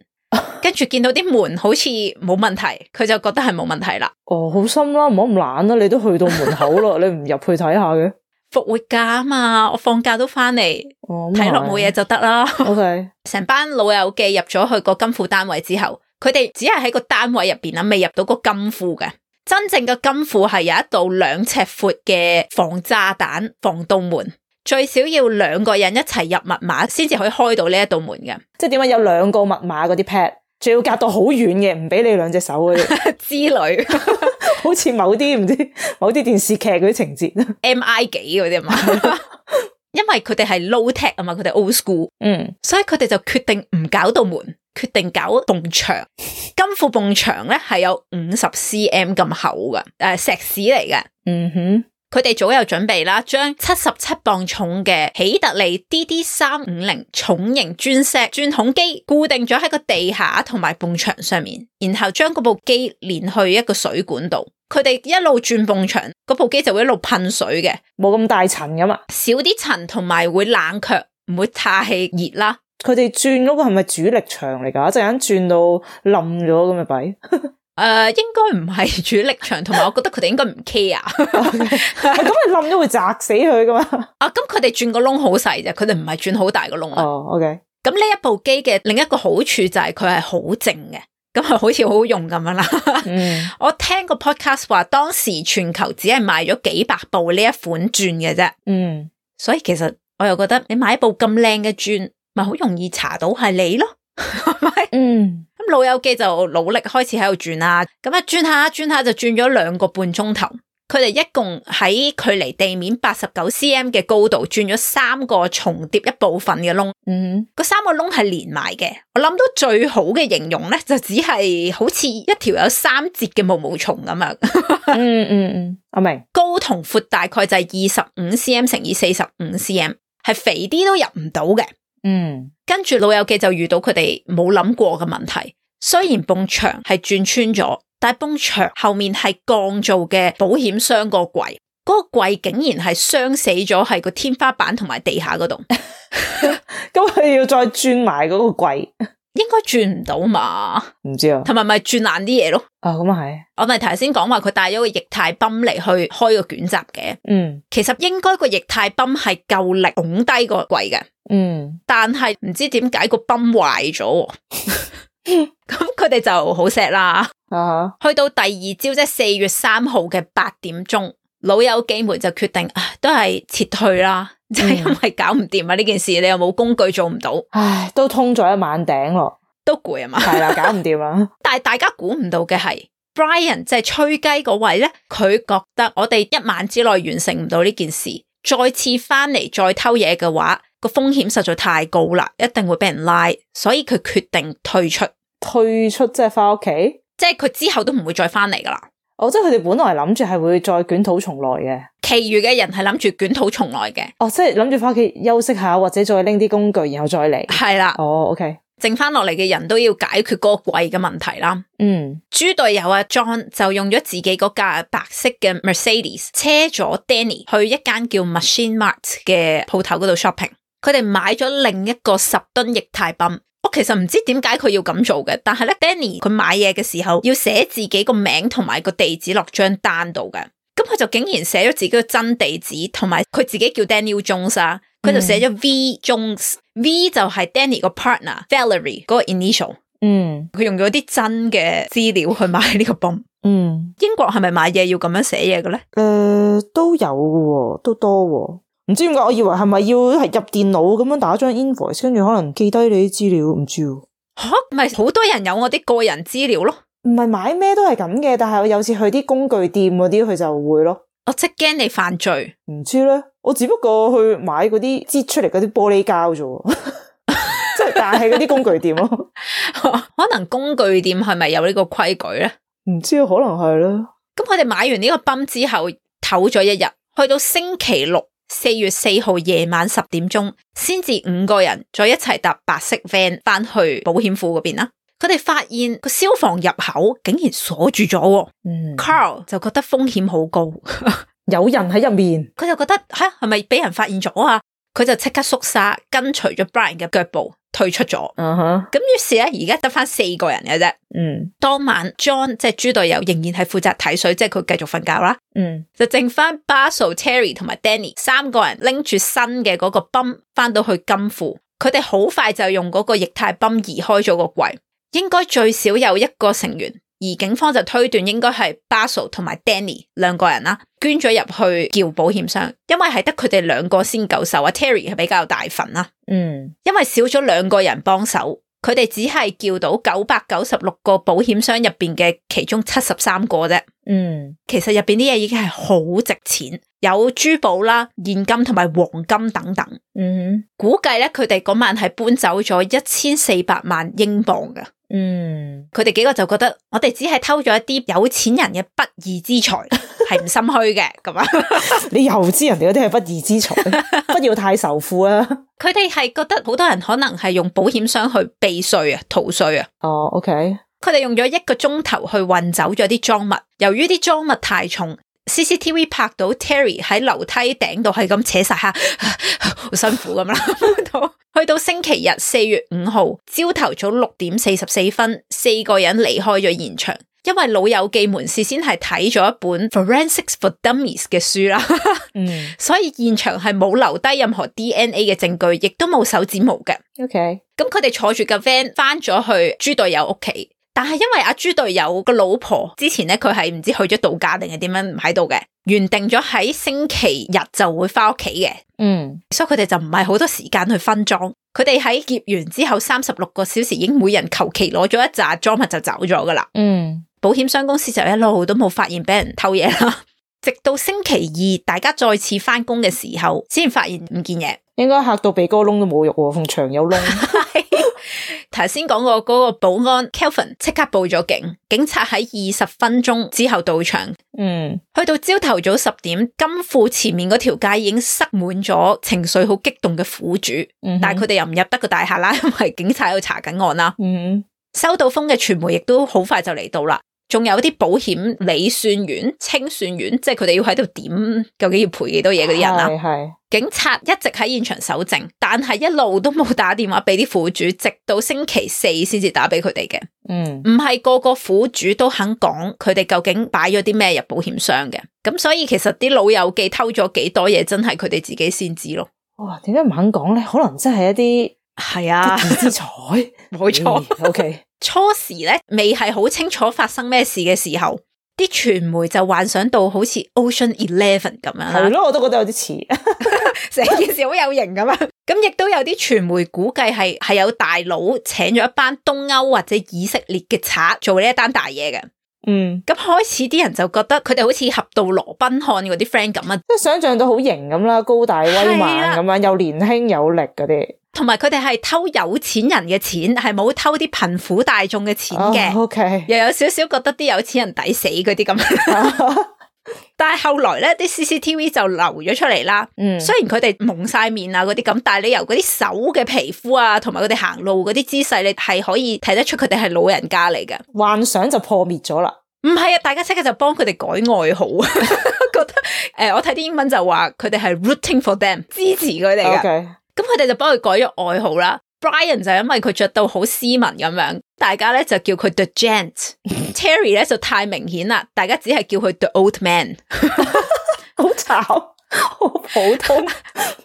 Speaker 1: 跟住見到啲門好似冇問題，佢就覺得係冇問題啦。
Speaker 2: 哦，好心啦，唔好咁懶啦，你都去到門口 咯，你唔入去睇下嘅？
Speaker 1: 復活假啊嘛，我放假都翻嚟，
Speaker 2: 哦，
Speaker 1: 睇落冇嘢。就得啦。
Speaker 2: OK，
Speaker 1: 成班老友記入咗去個金庫單位之後，佢哋只係喺個單位入邊啦，啊未入到個金庫嘅。真正嘅金庫係有一道兩尺闊嘅防炸彈防盜門，最少要兩個人一齊入密碼先至可以開到呢一道門嘅。
Speaker 2: 即係點解有兩個密碼嗰啲 pad，仲要隔到好遠嘅，唔俾你兩隻手 嗰啲，
Speaker 1: 之類
Speaker 2: 好似某啲唔知某啲電視劇嗰啲情節。
Speaker 1: MI 幾嗰啲啊 嘛，因為佢哋係 low tech 啊嘛，佢哋 old school。
Speaker 2: 嗯，
Speaker 1: 所以佢哋就決定唔搞道門，決定搞埲牆。金庫埲牆咧係有五十 cm 咁厚嘅，誒、石屎嚟嘅。
Speaker 2: 嗯哼，
Speaker 1: 佢哋早有準備啦，將七十七磅重嘅喜特利 DD 三五零重型鑽石鑽孔機固定咗喺個地下同埋埲牆上面，然後將嗰部機連去一個水管度。佢哋一路轉埲牆，嗰部機就會一路噴水嘅，
Speaker 2: 冇咁大塵噶嘛。
Speaker 1: 少啲塵同埋會冷卻，唔會太熱啦。
Speaker 2: 佢哋轉嗰個係咪主力牆嚟㗎？一陣間轉到冧咗咁咪弊。
Speaker 1: 誒、呃應該唔係主力場，同埋我覺得佢哋應該唔 care
Speaker 2: 咁你冧咗會砸死佢噶嘛？
Speaker 1: 啊。咁佢哋轉個窿好細啫，佢哋唔係轉好大個窿啊。
Speaker 2: 哦，OK，
Speaker 1: 咁呢、一部機嘅另一個好處就係佢係好靜嘅，咁係好似好好用咁樣啦。
Speaker 2: 嗯，
Speaker 1: 我聽個 podcast 話，當時全球只係賣咗幾百部呢一款鑽嘅啫，
Speaker 2: 嗯，
Speaker 1: 所以其實我又覺得你買一部咁靚嘅鑽，咪好容易查到係你咯。
Speaker 2: 嗯，
Speaker 1: 咁咁老友記就努力開始喺度轉啦，咁啊轉下轉下就轉咗兩個半鐘頭。佢哋一共喺距離地面八十九 cm 嘅高度轉咗三個重疊一部分嘅窿，
Speaker 2: 嗯，
Speaker 1: 嗰三個窿係連埋嘅。我諗到最好嘅形容咧，就只係好似一條有三節嘅毛毛蟲咁樣，
Speaker 2: 嗯嗯嗯，我明。
Speaker 1: 高同闊大概就係二十五 cm 乘以四十五 cm，係肥啲都入唔到嘅。
Speaker 2: 嗯
Speaker 1: 跟住老友記就遇到佢哋冇諗過嘅問題。雖然埲牆係轉穿咗，但係埲牆後面係鋼做嘅保險箱個櫃，嗰、個櫃竟然係傷死咗喺個天花板同埋地下嗰度，
Speaker 2: 咁佢要再轉埋嗰個櫃，
Speaker 1: 應該轉唔到嘛？
Speaker 2: 唔知啊。
Speaker 1: 同埋咪轉爛啲嘢咯。
Speaker 2: 啊，咁啊係，
Speaker 1: 我咪頭先講話佢帶咗個液態泵嚟去開個捲閘嘅，
Speaker 2: 嗯
Speaker 1: 其實應該個液態泵係夠力拱低個櫃嘅。
Speaker 2: 嗯
Speaker 1: 但係唔知點解個泵壞咗喎，咁佢哋就好 sad 啦。
Speaker 2: 啊哈，
Speaker 1: 去到第二朝，即系四月三號嘅八點鐘，老友記們就決定，唉都係撤退啦，就係因為搞唔掂啊呢件事，你又冇工具做唔到，
Speaker 2: 唉，都通咗一晚頂咯，
Speaker 1: 都攰啊嘛。
Speaker 2: 係啦，搞唔掂啦，
Speaker 1: 但係大家估唔到嘅係 Brian 即係吹雞嗰位咧，佢覺得我哋一晚之內完成唔到呢件事，再次翻嚟再偷嘢嘅話，個風險實在太高啦，一定會俾人拉，所以佢決定退出，
Speaker 2: 退出即係翻屋企。
Speaker 1: 即係佢之後都唔會再翻嚟噶啦。
Speaker 2: 哦，即係佢哋本來諗住係會再捲土重來嘅，
Speaker 1: 其餘嘅人係諗住捲土重來嘅，
Speaker 2: 哦，即係諗住翻屋企休息下，或者再拎啲工具，然後再嚟。
Speaker 1: 係啦，
Speaker 2: 哦，OK，
Speaker 1: 剩翻落嚟嘅人都要解決嗰個貴嘅問題啦。
Speaker 2: 嗯
Speaker 1: 豬隊友啊，John 就用咗自己嗰架白色嘅 Mercedes 車咗 Danny 去一間叫 Machine Mart 嘅鋪頭嗰度 shopping。佢哋買咗另一個十噸液態泵。我其實唔知點解佢要咁做嘅，但係咧 Danny 佢買嘢嘅時候要寫自己個名同埋個地址落張單度嘅。咁佢就竟然寫咗自己嘅真地址，同埋佢自己叫 Daniel Jones 啊，佢就寫咗 V Jones，V 就係 Danny 個 partner Valerie 嗰個 initial。
Speaker 2: 嗯
Speaker 1: 佢用咗啲真嘅資料去買呢個泵。
Speaker 2: 嗯，
Speaker 1: 英國係咪買嘢要咁樣寫嘢嘅咧？
Speaker 2: 誒、都有喎，都多喎。唔知點解，我以為係咪要係入電腦咁樣打張 invoice，跟住可能記低你啲資料，唔知喎。
Speaker 1: 吓，咪好多人有我啲個人資料咯。
Speaker 2: 唔係買咩都係咁嘅，但係我有次去啲工具店嗰啲，佢就會咯。
Speaker 1: 我即驚你犯罪，
Speaker 2: 唔知咧，我只不過去買嗰啲擠出嚟嗰啲玻璃膠啫 喎，即係但係嗰啲工具店咯。
Speaker 1: 可能工具店係咪有呢個規矩咧？
Speaker 2: 唔知啊可能係啦。
Speaker 1: 咁佢哋買完呢個泵之後，唞咗一日，去到星期六四月四號夜晚十點鐘，先至五個人再一齊搭白色 van 翻去保險庫嗰邊啦。佢哋發現個消防入口竟然鎖住咗喎
Speaker 2: 嗯，
Speaker 1: ，Carl 就覺得風險好高。
Speaker 2: 有人喺入面。
Speaker 1: 佢就覺得吓係咪俾人發現咗啊？佢就即刻縮沙，跟隨咗 Brian 嘅腳步退出咗。
Speaker 2: 嗯哼，
Speaker 1: 咁於是咧，而家得翻四個人嘅啫。
Speaker 2: 嗯
Speaker 1: 當晚 John 即係豬隊友，仍然係負責睇水，即係佢繼續瞓覺啦。
Speaker 2: 嗯
Speaker 1: 就剩翻 Basil、Terry 同埋 Danny 三個人拎住新嘅嗰個泵翻到去金庫，佢哋好快就用嗰個液態泵移開咗個櫃，應該最少有一個成員，而警方就推斷應該係 Basil 同埋 Danny 兩個人啦，捐咗入去叫保險箱，因為係得佢哋兩個先夠手啊，Terry 係比較大份啦，
Speaker 2: 嗯
Speaker 1: 因為少咗兩個人幫手。佢哋只係叫到九百九十六個保險箱入邊嘅其中七十三個啫，
Speaker 2: 嗯
Speaker 1: 其實入邊啲嘢已經係好值錢，有珠寶啦、現金同埋黃金等等。
Speaker 2: 嗯
Speaker 1: 估計咧，佢哋嗰晚係搬走咗一千四百萬英鎊嘅。
Speaker 2: 嗯，
Speaker 1: 佢哋幾個就覺得，我哋只係偷咗一啲有錢人嘅不義之財，係唔心虛嘅咁啊。
Speaker 2: 你又知人哋嗰啲係不義之 財，不要太仇富啊。
Speaker 1: 佢哋係覺得好多人可能係用保險箱去避稅啊、逃稅啊。
Speaker 2: 哦，OK，
Speaker 1: 佢哋用咗一個鐘頭去運走咗啲裝物，由於啲裝物太重，CCTV 拍到 Terry 喺樓梯頂度係咁扯晒 下，好辛苦咁啦。 到去到星期日四月五號朝頭早六點四十四分，四個人離開咗現場，因為老友記們事先係睇咗一本 Forensics for Dummies 嘅書啦，
Speaker 2: 嗯
Speaker 1: 所以現場係冇留低任何 DNA 嘅證據，亦都冇手指模嘅。
Speaker 2: ，OK，
Speaker 1: 咁佢哋坐住架 van 翻咗去豬隊友屋企，但係因為阿豬隊友個老婆之前咧，佢係唔知去咗度假定係點樣唔喺度嘅，原定咗喺星期日就會翻屋企嘅，
Speaker 2: 嗯，
Speaker 1: 所以佢哋就唔係好多時間去分裝。佢哋喺結完之後三十六個小時已經每人求其攞咗一紮裝物就走咗噶啦。
Speaker 2: 嗯，
Speaker 1: 保險箱公司就一路都冇發現俾人偷嘢啦。 直到星期二大家再次翻工嘅時候，先發現唔見嘢。
Speaker 2: 應該嚇到鼻哥窿都冇肉喎，縫牆有窿。
Speaker 1: 頭先講過嗰個保安 Kelvin 即刻報咗警，警察喺二十分鐘之後到場。
Speaker 2: 嗯，
Speaker 1: 去到朝頭早十點，金庫前面嗰條街已經塞滿咗情緒好激動嘅苦主，
Speaker 2: 嗯哼
Speaker 1: 但係佢哋又唔入得個大廈啦， 因為警察喺度查緊案啦。
Speaker 2: 嗯
Speaker 1: 收到風嘅傳媒亦都好快就嚟到啦，仲有啲保險理算員、清算員，即係佢哋要喺度點究竟要賠幾多嘢嗰啲人啊啦。
Speaker 2: 係係
Speaker 1: 警察一直喺現場搜證，但係一路都冇打電話俾啲苦主，直到星期四先至打俾佢哋嘅。
Speaker 2: 嗯
Speaker 1: 唔係個個苦主都肯講佢哋究竟擺咗啲咩入保險箱嘅，咁所以其實啲老友記偷咗幾多嘢，真係佢哋自己先知咯。
Speaker 2: 哇，點解唔肯講咧？可能真係一
Speaker 1: 係啊嗯
Speaker 2: 啲，不義之財。 嗯
Speaker 1: 冇錯。
Speaker 2: O K，
Speaker 1: 初時咧未係好清楚發生咩事嘅時候，啲傳媒就幻想到好似 Ocean Eleven 咁樣
Speaker 2: 係
Speaker 1: 啦，
Speaker 2: 咯，我都覺得有啲似。
Speaker 1: 成件事好有型咁樣。咁亦都有啲傳媒估計係係有大佬請咗一班東歐或者以色列嘅賊做呢一單大嘢嘅。
Speaker 2: 嗯，
Speaker 1: 咁開始啲人就覺得佢哋好似俠盜羅賓漢嗰啲 friend 咁啊，
Speaker 2: 即係想象到好型咁啦，高大威猛咁樣，又年輕有力嗰啲。
Speaker 1: 同埋佢哋係偷有錢人嘅錢，係冇偷啲貧苦大眾嘅錢嘅，
Speaker 2: O K，
Speaker 1: 又有少少覺得啲有錢人抵死嗰啲咁。 但係後來咧，啲 CCTV 就流咗出嚟啦。
Speaker 2: 嗯，
Speaker 1: 雖然佢哋蒙晒面啊嗰啲咁，但係你由嗰啲手嘅皮膚啊，同埋佢哋行路嗰啲姿勢，你係可以睇得出佢哋係老人家嚟嘅。
Speaker 2: 幻想就破滅咗啦。
Speaker 1: 唔係啊，大家即刻就幫佢哋改外號， 覺得诶、呃我睇啲英文就話佢哋係 rooting for them，支持佢哋嘅
Speaker 2: O。K，
Speaker 1: 咁佢哋就幫佢改咗外號啦。Brian 就因為佢着到好斯文咁樣，大家咧就叫佢 The Gent。Terry 咧就太明顯啦，大家只係叫佢 The Old Man。
Speaker 2: 好慘，好普通。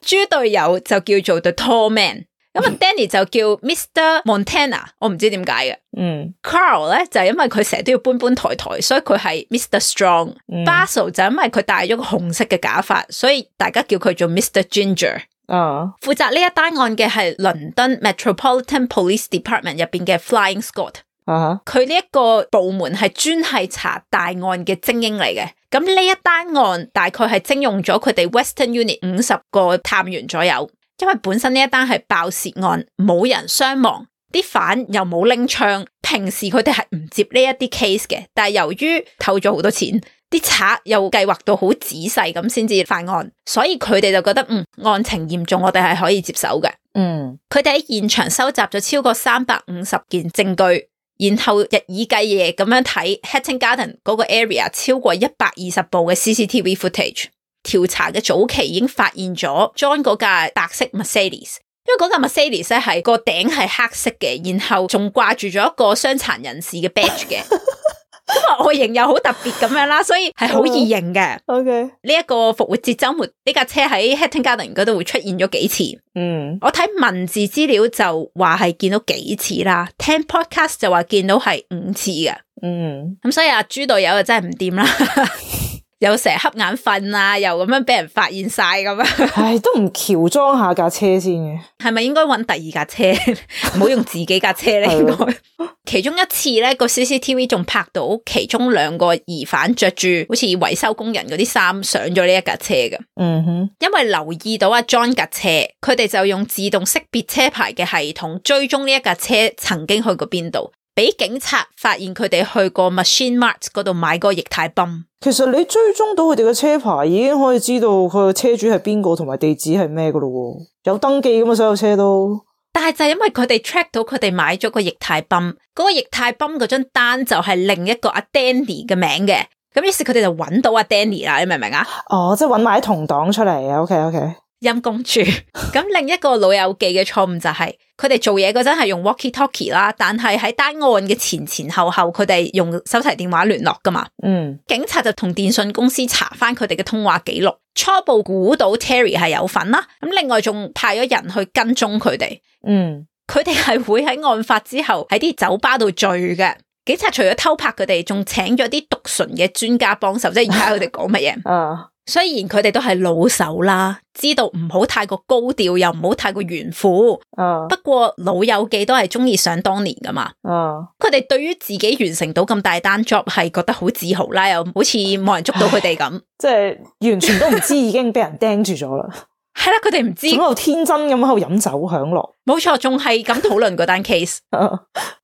Speaker 1: 豬隊友就叫做 The Tall Man。咁啊，Danny 就叫 Mr Montana，我唔知點解嘅。
Speaker 2: 嗯
Speaker 1: Carl 咧就係因為佢成日都要搬搬抬抬，所以佢係 Mr Strong。
Speaker 2: 嗯
Speaker 1: Basil 就因為佢戴咗個紅色嘅假髮，所以大家叫佢做 Mr Ginger。
Speaker 2: 啊，
Speaker 1: 負責呢一單案嘅係倫敦 Metropolitan Police Department 入邊嘅 Flying Squad。
Speaker 2: 啊
Speaker 1: 佢呢一個部門係專係查大案嘅精英嚟嘅。咁呢一單案大概係徵用咗佢哋 Western Unit 五十個探員左右，因為本身呢一單係爆竊案，冇人傷亡，啲犯又冇拎槍。平時佢哋係唔接呢一啲 case 嘅，但係由於偷咗好多錢，啲賊又計劃到好仔細咁先至犯案，所以佢哋就覺得嗯案情嚴重，我哋係可以接手嘅。
Speaker 2: 嗯
Speaker 1: 佢哋喺現場收集咗超過三百五十件證據，然後日以繼夜咁樣睇 Hatton Garden 嗰個 area 超過一百二十部嘅 CCTV footage。調查嘅早期已經發現咗 John 嗰架白色 Mercedes，因為嗰架 Mercedes 咧係個頂係黑色嘅，然後仲掛住咗一個傷殘人士嘅 badge 嘅。因為外形又好特別咁樣啦，所以係好易認嘅。
Speaker 2: ，O K，
Speaker 1: 呢一個復活節週末，呢架車喺 Hatton Garden 嗰度會出現咗幾次。
Speaker 2: 嗯
Speaker 1: 我睇文字資料就話係見到幾次啦，聽 podcast 就話見到係五次嘅，
Speaker 2: 嗯
Speaker 1: 咁所以阿豬隊友就真係唔掂啦， 又成日瞌眼瞓啊，又咁樣俾人發現晒咁樣，
Speaker 2: 唉，都唔喬裝下架車先嘅。
Speaker 1: 係咪應該揾第二架車， 唔好用自己架車咧？應該其中一次咧個 CCTV 仲拍到其中兩個疑犯着住好似維修工人嗰啲衫上咗呢一架車嘅。
Speaker 2: 嗯哼，
Speaker 1: 因為留意到阿 John 架車，佢哋就用自動識別車牌嘅系統追蹤呢一架車曾經去過邊度，俾警察發現佢哋去過 Machine Mart 嗰度買過液態泵。
Speaker 2: 其實你追蹤到佢哋嘅車牌，已經可以知道佢個車主係邊個同埋地址係咩噶咯喎。有登記噶嘛，所有車都。
Speaker 1: 但係就因為佢哋 track 到佢哋買咗個液態泵，嗰、個液態泵嗰張單就係另一個阿 Danny 嘅名嘅，咁於是佢哋就揾到阿 Danny 啦，你明唔明啊？
Speaker 2: 哦，即係揾埋啲同黨出嚟啊。O K O K，
Speaker 1: 陰公主。 咁另一個老友記嘅錯誤就係佢哋做嘢嗰陣係用 walkie talkie 啦，但係喺單案嘅前前後後，佢哋用手提電話聯絡噶嘛。
Speaker 2: 嗯
Speaker 1: 警察就同電信公司查翻佢哋嘅通話記錄，初步估到 Terry 係有份啦。咁另外仲派咗人去跟蹤佢哋，
Speaker 2: 嗯
Speaker 1: 佢哋係會喺案發之後喺啲酒吧度聚嘅。警察除咗偷拍佢哋，仲請咗啲讀唇嘅專家幫手，即係而家佢哋講乜嘢。
Speaker 2: 啊，
Speaker 1: 雖然佢哋都係老手啦，知道唔好太過高調，又唔好太過炫富。
Speaker 2: 啊，
Speaker 1: 不過老友記都係中意想當年噶嘛。
Speaker 2: 啊，
Speaker 1: 佢哋對於自己完成到咁大單 job 係覺得好自豪啦，又好似冇人捉到佢哋咁。
Speaker 2: 即係完全都唔知已經俾人釘住咗啦，
Speaker 1: 係啦，佢哋唔知
Speaker 2: 仲，喺度天真咁喺度飲酒享樂。
Speaker 1: 冇錯，仲係咁討論嗰單 case。
Speaker 2: 啊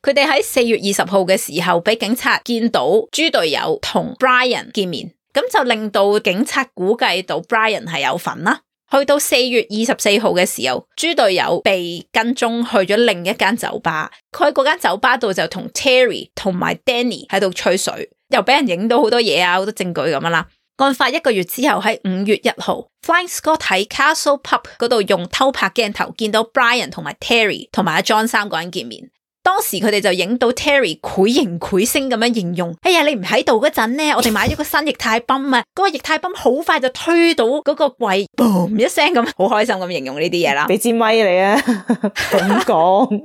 Speaker 1: 佢哋喺四月二十號嘅時候，俾警察見到豬隊友同 Brian 見面，咁就令到警察估計到 Brian 係有份啦。去到四月二十四號嘅時候，豬隊友被跟蹤去咗另一間酒吧，佢喺嗰間酒吧度就同 Terry 同埋 Danny 喺度吹水，又俾人影到好多嘢啊，好多證據咁樣啦。案發一個月之後，喺五月一號，Flying Scott 喺 Castle Pub 嗰度用偷拍鏡頭見到 Brian 同埋 Terry 同埋阿 John 三個人見面。當時佢哋就影到 Terry 繪形繪聲咁樣形容，哎呀，你唔喺度嗰陣呢，我哋買咗個新液態泵啊， 嗰、個液態泵好快就推到嗰個櫃，boom 一聲咁，好開心咁形容呢啲嘢 啦。
Speaker 2: 俾支咪 你啊，咁講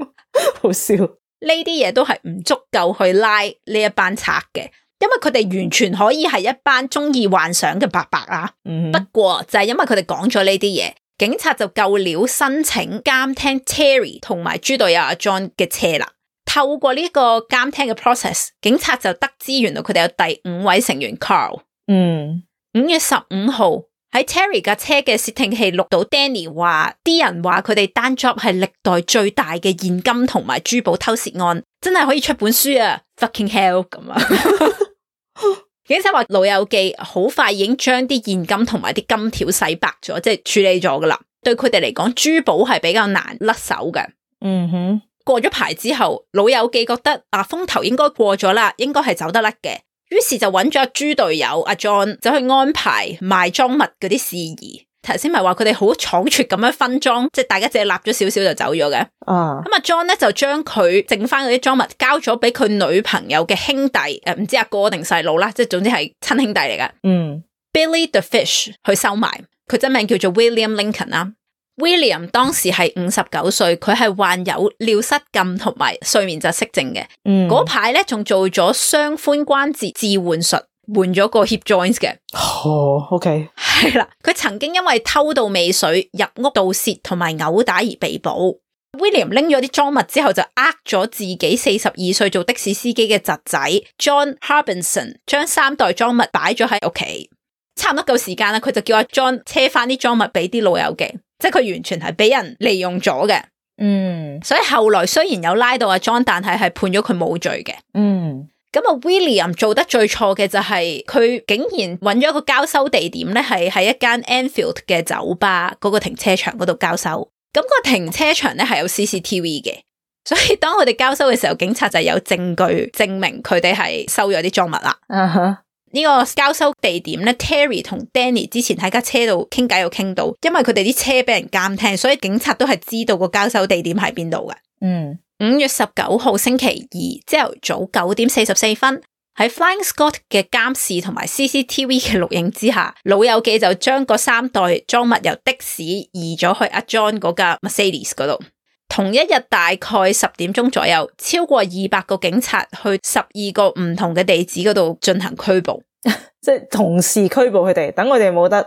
Speaker 2: 好笑。
Speaker 1: 呢啲嘢都係唔足夠去拉呢一班賊嘅，因為佢哋完全可以係一班中意幻想嘅伯伯啊。
Speaker 2: 嗯
Speaker 1: 不，過就係因為佢哋講咗呢啲嘢，警察就夠料申請監聽 Terry 同埋豬隊友阿 John 嘅車啦。透過呢個監聽嘅 process，警察就得知原來佢哋有第五位成員 Carl。
Speaker 2: 嗯，
Speaker 1: 五月十五號喺 Terry 架車嘅竊聽器錄到 Danny 話，啲人話佢哋單 job 係歷代最大嘅現金同埋珠寶偷竊案，真係可以出本書啊！Fucking hell 咁啊！警察話老友記好快已經將啲現金同埋啲金條洗白咗，即係處理咗噶啦。對佢哋嚟講，珠寶係比較難甩手嘅。
Speaker 2: 嗯哼，
Speaker 1: 過咗牌之後，老友記覺得啊風頭應該過咗啦，應該係走得甩嘅，於是就揾咗阿豬隊友阿 John 走去安排賣裝物嗰啲事宜。頭先咪話佢哋好倉促咁樣分裝，即係大家只係立咗少少就走咗嘅。
Speaker 2: 啊，
Speaker 1: 咁阿 John 咧就將佢剩翻嗰啲裝物交咗俾佢女朋友嘅兄弟，誒、唔知阿哥定細佬啦，即係總之係親兄弟嚟嘅。
Speaker 2: 嗯，
Speaker 1: Billy the Fish 去收埋，佢真名叫做 William Lincoln 啦。William 當時係五十九歲，佢係患有尿失禁同埋睡眠窒息症嘅。
Speaker 2: 嗯，
Speaker 1: 嗰排咧仲做咗雙髋關節置換術，換咗個 hip joints 嘅。
Speaker 2: 哦，OK，
Speaker 1: 係啦，佢曾經因為偷盜尾水、入屋盜竊同埋毆打而被捕。William 拎咗啲贓物之後，就呃咗自己四十二歲做的士司機嘅侄仔 John Harbinson，將三袋贓物擺咗喺屋企。差唔多夠時間啦，佢就叫阿 John 車翻啲贓物俾啲老友記，即係佢完全係俾人利用咗嘅。
Speaker 2: 嗯，
Speaker 1: 所以後來雖然有拉到阿 John，但係係判咗佢冇罪嘅。
Speaker 2: 嗯，
Speaker 1: 咁啊，William 做得最錯嘅就係佢竟然揾咗一個交收地點咧，係喺一間 Anfield 嘅酒吧嗰個停車場嗰度交收。咁、個停車場咧係有 CCTV 嘅，所以當佢哋交收嘅時候，警察就有證據證明佢哋係收咗啲贓物啦。
Speaker 2: 啊哈，
Speaker 1: 呢、個交收地點咧，Terry 同 Danny 之前喺架車度傾偈，有傾到，因為佢哋啲車俾人監聽，所以警察都係知道個交收地點喺邊度嘅。
Speaker 2: 嗯，
Speaker 1: 五月十九號星期二朝頭早九點四十四分，喺 Flying Scott 嘅監視同埋 CCTV 嘅錄影之下，老友記就將嗰三袋贓物由的士移咗去阿 John 嗰架 Mercedes 嗰度。同一日大概十點鐘左右，超過二百個警察去十二個唔同嘅地址嗰度進行拘捕。
Speaker 2: 即係同時拘捕佢哋，等佢哋冇得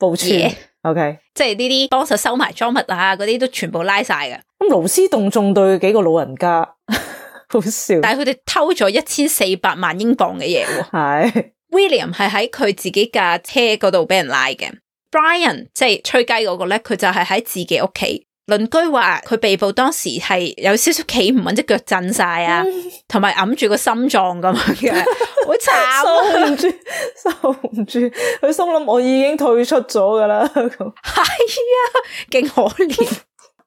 Speaker 2: 報
Speaker 1: 嘢
Speaker 2: 串。OK，
Speaker 1: 即係呢啲幫手收埋贓物啊，嗰啲都全部拉晒㗎。
Speaker 2: 咁勞師動眾對幾個老人家， 好笑，
Speaker 1: 但係佢哋偷咗一千四百萬英鎊嘅嘢喎。
Speaker 2: 係，
Speaker 1: William 係喺佢自己架車嗰度俾人拉嘅，Brian 即係吹雞嗰個咧，佢就係喺自己屋企。鄰居話佢被捕當時係有少少企唔穩，隻腳震晒 啊，同埋揞住個心臟咁樣 嘅，好慘啊！
Speaker 2: 收唔住，收唔住，佢心諗我已經退出咗噶啦，咁
Speaker 1: 係啊，勁可憐。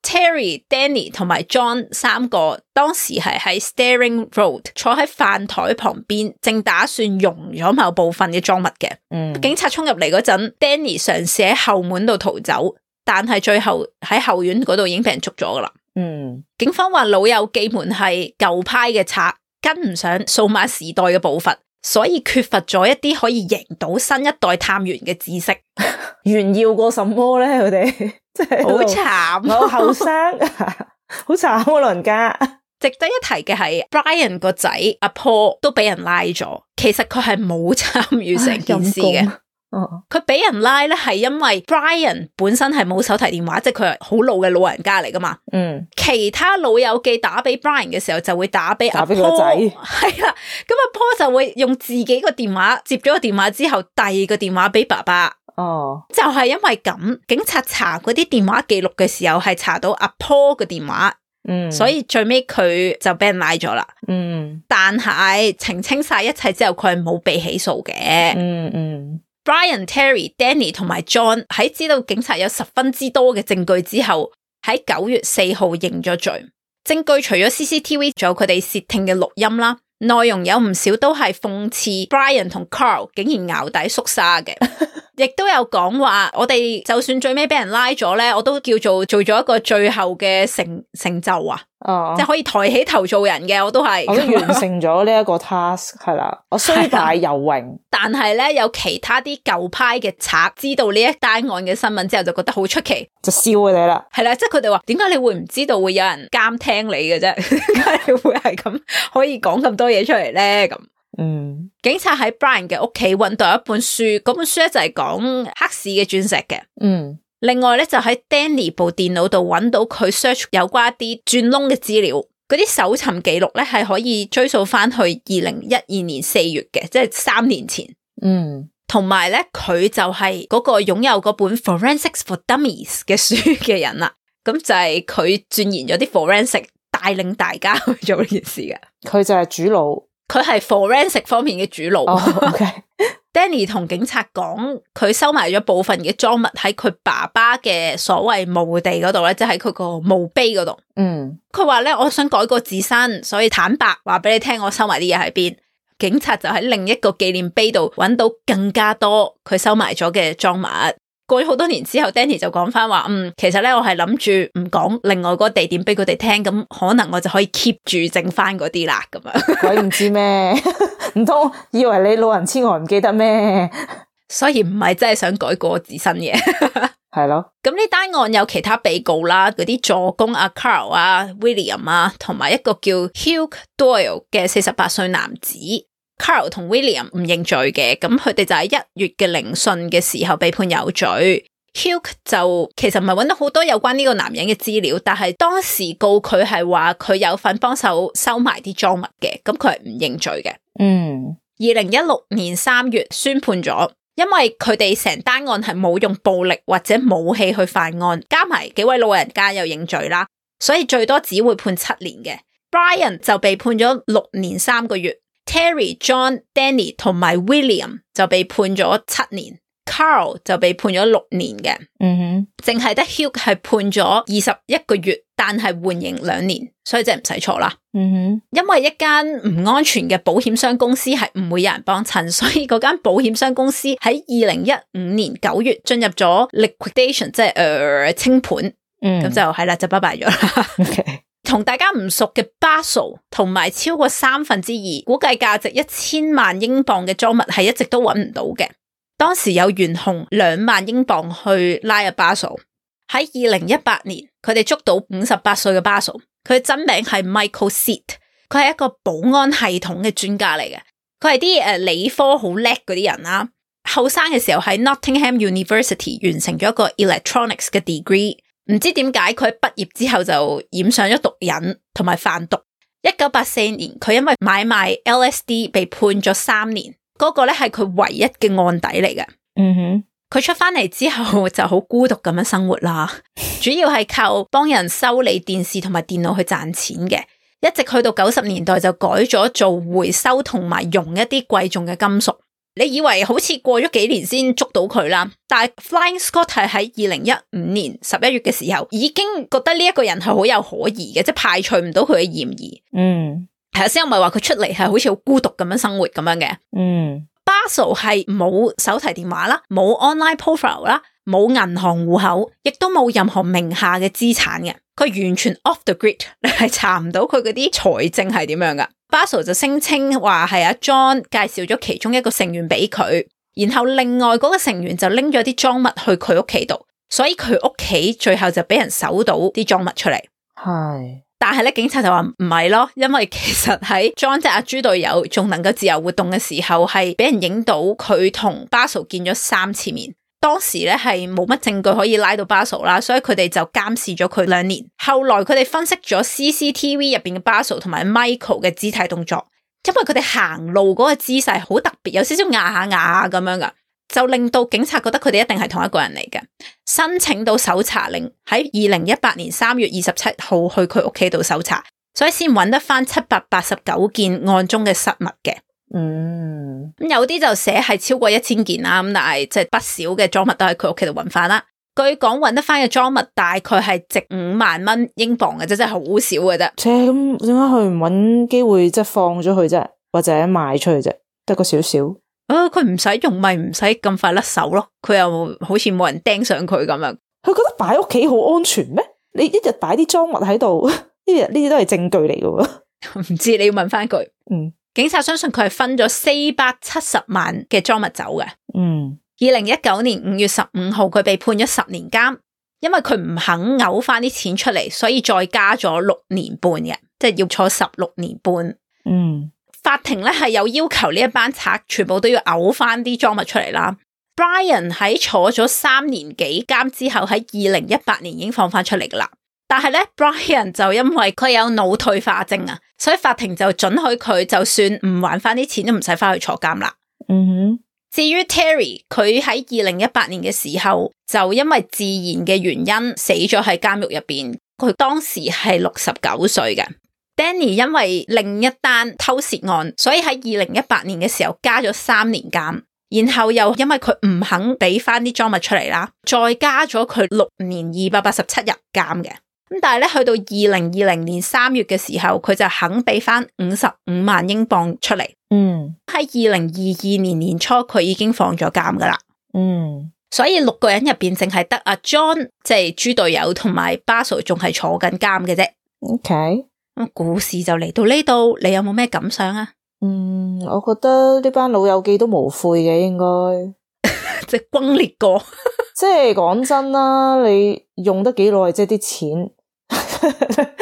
Speaker 1: Terry、Danny 同埋 John 三個當時係喺 Staring Road 坐喺飯台旁邊，正打算溶咗某部分嘅贓物嘅。
Speaker 2: 嗯
Speaker 1: 警察衝入嚟嗰陣，Danny 嘗試喺後門度逃走，但係最後喺後院嗰度已經俾人捉咗噶啦。
Speaker 2: 嗯，
Speaker 1: 警方話老友記們係舊派嘅賊，跟唔上數碼時代嘅步伐，所以缺乏咗一啲可以贏到新一代探員嘅知識，
Speaker 2: 炫耀過什麼咧？佢哋即係喺
Speaker 1: 好
Speaker 2: 度
Speaker 1: 慘。
Speaker 2: 啊我後生，好慘啊老人家，
Speaker 1: 值得一提嘅係 Brian 個仔阿 Paul 都俾人拉咗，其實佢係冇參與成件事嘅。
Speaker 2: 哦，
Speaker 1: 佢俾人拉咧，係因為 Brian 本身係冇手提電話，即係佢係好老嘅老人家嚟噶嘛。
Speaker 2: 嗯，
Speaker 1: 其他老友記打俾 Brian 嘅時候，就會打俾阿
Speaker 2: 打
Speaker 1: p
Speaker 2: 俾
Speaker 1: a
Speaker 2: 個仔
Speaker 1: 係啦。咁阿 p a 就會用自己個電話接咗個電話之後，遞個電話俾爸爸。
Speaker 2: 哦，
Speaker 1: 就係因為咁，警察查嗰啲電話記錄嘅時候，係查到阿 p a 嘅電話，
Speaker 2: 嗯，
Speaker 1: 所，以最尾佢就俾人拉咗啦。
Speaker 2: 嗯，
Speaker 1: 但係澄清晒一切之後，佢係冇被起訴嘅。
Speaker 2: 嗯嗯，
Speaker 1: Brian、Terry、Danny 同埋 John 喺知道警察有十分之多嘅證據之後，喺九月四號認咗罪。證據除咗 CCTV，仲有佢哋竊聽嘅錄音啦，內容有唔少都係諷刺 Brian 同 Carl 竟然淆底縮沙 嘅，亦都有講話我哋就算最尾俾人拉咗咧，我都叫做做咗一個最後嘅成成就啊，
Speaker 2: 哦
Speaker 1: 即係，可以抬起頭做人嘅，我都係。
Speaker 2: 我都完成咗呢一個 task 係啦，我雖敗猶榮，
Speaker 1: 但係咧，有其他啲舊派嘅賊知道呢一單案嘅新聞之後，就覺得好出奇，
Speaker 2: 就笑佢哋啦。
Speaker 1: 係啦，即係佢哋話點解你會唔知道會有人監聽你嘅啫？ 點解你會係咁可以講咁多嘢出嚟咧？咁
Speaker 2: 嗯，
Speaker 1: 警察喺 Brian 嘅屋企揾到一本書，嗰本書咧就係講黑市嘅鑽石嘅。
Speaker 2: 嗯，
Speaker 1: 另外咧就喺 Danny 部電腦度揾到佢 search 有關一啲轉窿嘅資料，嗰啲搜尋記錄咧係可以追溯翻去二零一二年四月嘅，即係三年前。
Speaker 2: 嗯，
Speaker 1: 同埋咧，佢就係嗰個擁有嗰本 Forensics for Dummies 嘅書嘅人啦。 咁就係佢鑽研咗啲 forensic，帶領大家去做呢件事嘅。
Speaker 2: 佢就係主腦。
Speaker 1: 佢係 forensic 方面嘅主腦。
Speaker 2: 哦 ，OK，
Speaker 1: Danny 同警察講，佢收埋咗部分嘅贓物喺佢爸爸嘅所謂墓地嗰度咧，即係喺佢個墓碑嗰度。
Speaker 2: 嗯，
Speaker 1: 佢話咧，我想改過自身，所以坦白話俾你聽，我收埋啲嘢喺邊。警察就喺另一個紀念碑度揾到更加多佢收埋咗嘅贓物。過咗好多年之後，Danny 就講翻話，嗯，其實咧我係諗住唔講另外嗰個地點俾佢哋聽，咁可能我就可以 keep 住剩翻嗰啲啦，咁樣。
Speaker 2: 鬼唔知咩？ 唔通以為你老人痴呆唔記得咩？
Speaker 1: 所以唔係真係想改過自身嘅。
Speaker 2: 係咯，
Speaker 1: 咁呢單案有其他被告啦，嗰啲助攻阿 Carl 啊、William 啊，同埋一個叫 Hugh Doyle 嘅四十八歲男子。Carl 同 William 唔認罪嘅，咁佢哋就喺一月嘅聆訊嘅時候被判有罪。Hugh 就其實唔係揾到好多有關呢個男人嘅資料，但係當時告佢係話佢有份幫手收埋啲贓物嘅，咁佢係唔認罪嘅。
Speaker 2: 嗯，
Speaker 1: 二零一六年三月宣判咗，因為佢哋成單案係冇用暴力或者武器去犯案，加埋幾位老人家又認罪啦，所以最多只會判七年嘅。Brian 就被判咗六年三個月，Terry、John、Danny 同埋 William 就被判咗七年，Carl 就被判咗六年嘅，
Speaker 2: 嗯
Speaker 1: 淨係得 Hugh 係判咗二十一個月，但係緩刑兩年，所以真係唔使錯啦。
Speaker 2: 哼，嗯哼。
Speaker 1: 因為一間唔安全嘅保險商公司係唔會有人幫襯，所以嗰間保險商公司喺二零一五年九月進入咗 liquidation，即係誒、呃清盤，咁、
Speaker 2: 嗯，
Speaker 1: 就係啦，就拜拜咗啦。
Speaker 2: OK，
Speaker 1: 同大家唔熟嘅 Basel 同埋超過三分之二，估計價值一千萬英鎊嘅贓物係一直都揾唔到嘅。當時有懸紅兩萬英鎊去拉阿 Basel。喺二零一八年，佢哋捉到五十八歲嘅 Basel，佢嘅真名係 Michael Seat，佢係一個保安系統嘅專家嚟嘅。佢係啲誒理科好叻嗰啲人啦。後生嘅時候喺 Nottingham University 完成咗一個 electronics 嘅 degree。唔知點解佢喺畢業之後就染上咗毒癮同埋販毒。一九八四年，佢因為買賣 LSD 被判咗三年，嗰、個咧係佢唯一嘅案底嚟嘅。
Speaker 2: 嗯哼，
Speaker 1: 佢出翻嚟之後 就好孤獨咁樣生活啦，主要係靠幫人修理電視同埋電腦去賺錢嘅。一直去到九十年代就改咗做回收同埋用一啲貴重嘅金屬。你以為好似過咗幾年先捉到佢啦，但係 Flying Scott 係喺二零一五年十一月嘅時候已經覺得呢一個人係好有可疑嘅，即係排除唔到佢嘅嫌疑。
Speaker 2: 嗯
Speaker 1: 係啊，先我咪話佢出嚟係好似好孤獨咁樣生活咁樣嘅。
Speaker 2: 嗯
Speaker 1: Basel 係冇手提電話啦，冇 online profile 啦，冇銀行戶口，亦都冇任何名下嘅資產嘅。佢完全 off the grid，你係查唔到佢嗰啲財政係點樣噶。Basel 就聲稱話係阿 John 介紹咗其中一個成員俾佢，然後另外嗰個成員就拎咗啲贓物去佢屋企度，所以佢屋企最後就俾人搜到啲贓物出嚟。
Speaker 2: 係，
Speaker 1: 但係咧，警察就話唔係咯，因為其實喺 John 即係阿豬隊友仲能夠自由活動嘅時候，係俾人影到佢同 Basil 見咗三次面。當時咧係冇乜證據可以拉到 Basil 啦，所以佢哋就監視咗佢兩年。後來佢哋分析咗 CCTV 入邊嘅 Basil 同埋 Michael 嘅肢體動作，因為佢哋行路嗰個姿勢好特別，有少少牙下牙下咁樣噶，就令到警察覺得佢哋一定係同一個人嚟嘅。申請到搜查令，喺二零一八年三月二十七號去佢屋企度搜查，所以先揾得翻七百八十九件案中嘅失物嘅。
Speaker 2: 嗯，
Speaker 1: 咁有啲就寫係超過一千件啦，咁但係即係不少嘅贓物都喺佢屋企度揾翻啦。據講揾得翻嘅贓物大概係值五萬蚊英鎊嘅啫，真係好少嘅啫。
Speaker 2: 切咁點解佢唔揾機會即係放咗佢啫，或者賣出去啫，得個少少。
Speaker 1: 啊，佢唔使用咪唔使咁快甩手咯，佢又好似冇人盯上佢咁樣。
Speaker 2: 佢覺得擺屋企好安全咩？你一日擺啲贓物喺度， 呢日呢啲都係證據嚟嘅喎。
Speaker 1: 唔知你要問翻佢。
Speaker 2: 嗯
Speaker 1: 警察相信佢係分咗四百七十萬嘅贓物走嘅。
Speaker 2: 嗯，
Speaker 1: 二零一九年五月十五號，佢被判咗十年監，因為佢唔肯嘔翻啲錢出嚟，所以再加咗六年半嘅，即係要坐十六年半。
Speaker 2: 嗯，
Speaker 1: 法庭咧係有要求呢一班賊全部都要嘔翻啲贓物出嚟啦。Brian 喺坐咗三年幾監之後，喺二零一八年已經放翻出嚟噶啦。但係咧，Brian 就因為佢有腦退化症啊，所以法庭就准許佢就算唔還翻啲錢都唔使翻去坐監啦。
Speaker 2: 嗯
Speaker 1: 至於 Terry，佢喺二零一八年嘅時候就因為自然嘅原因死咗喺監獄入邊，佢當時係六十九歲嘅。Danny 因為另一單偷竊案，所以喺二零一八年嘅時候加咗三年監，然後又因為佢唔肯俾翻啲贓物出嚟啦，再加咗佢六年二百八十七日監嘅。咁但係咧，去到二零二零年三月嘅時候，佢就肯俾翻五十五萬英鎊出嚟。
Speaker 2: 哼，嗯
Speaker 1: 喺二零二二年年初，佢已經放咗監噶啦。
Speaker 2: 嗯
Speaker 1: 所以六個人入邊，淨係得阿 John 即係豬隊友同埋 Basil 仲係坐緊監嘅啫。
Speaker 2: ，OK。
Speaker 1: 咁故事就嚟到呢度，你有冇咩感想啊？
Speaker 2: 嗯，我覺得呢班老友記都無悔嘅，應該。
Speaker 1: 即係轟裂過，
Speaker 2: 即係講真啦，你用得幾耐啫啲錢？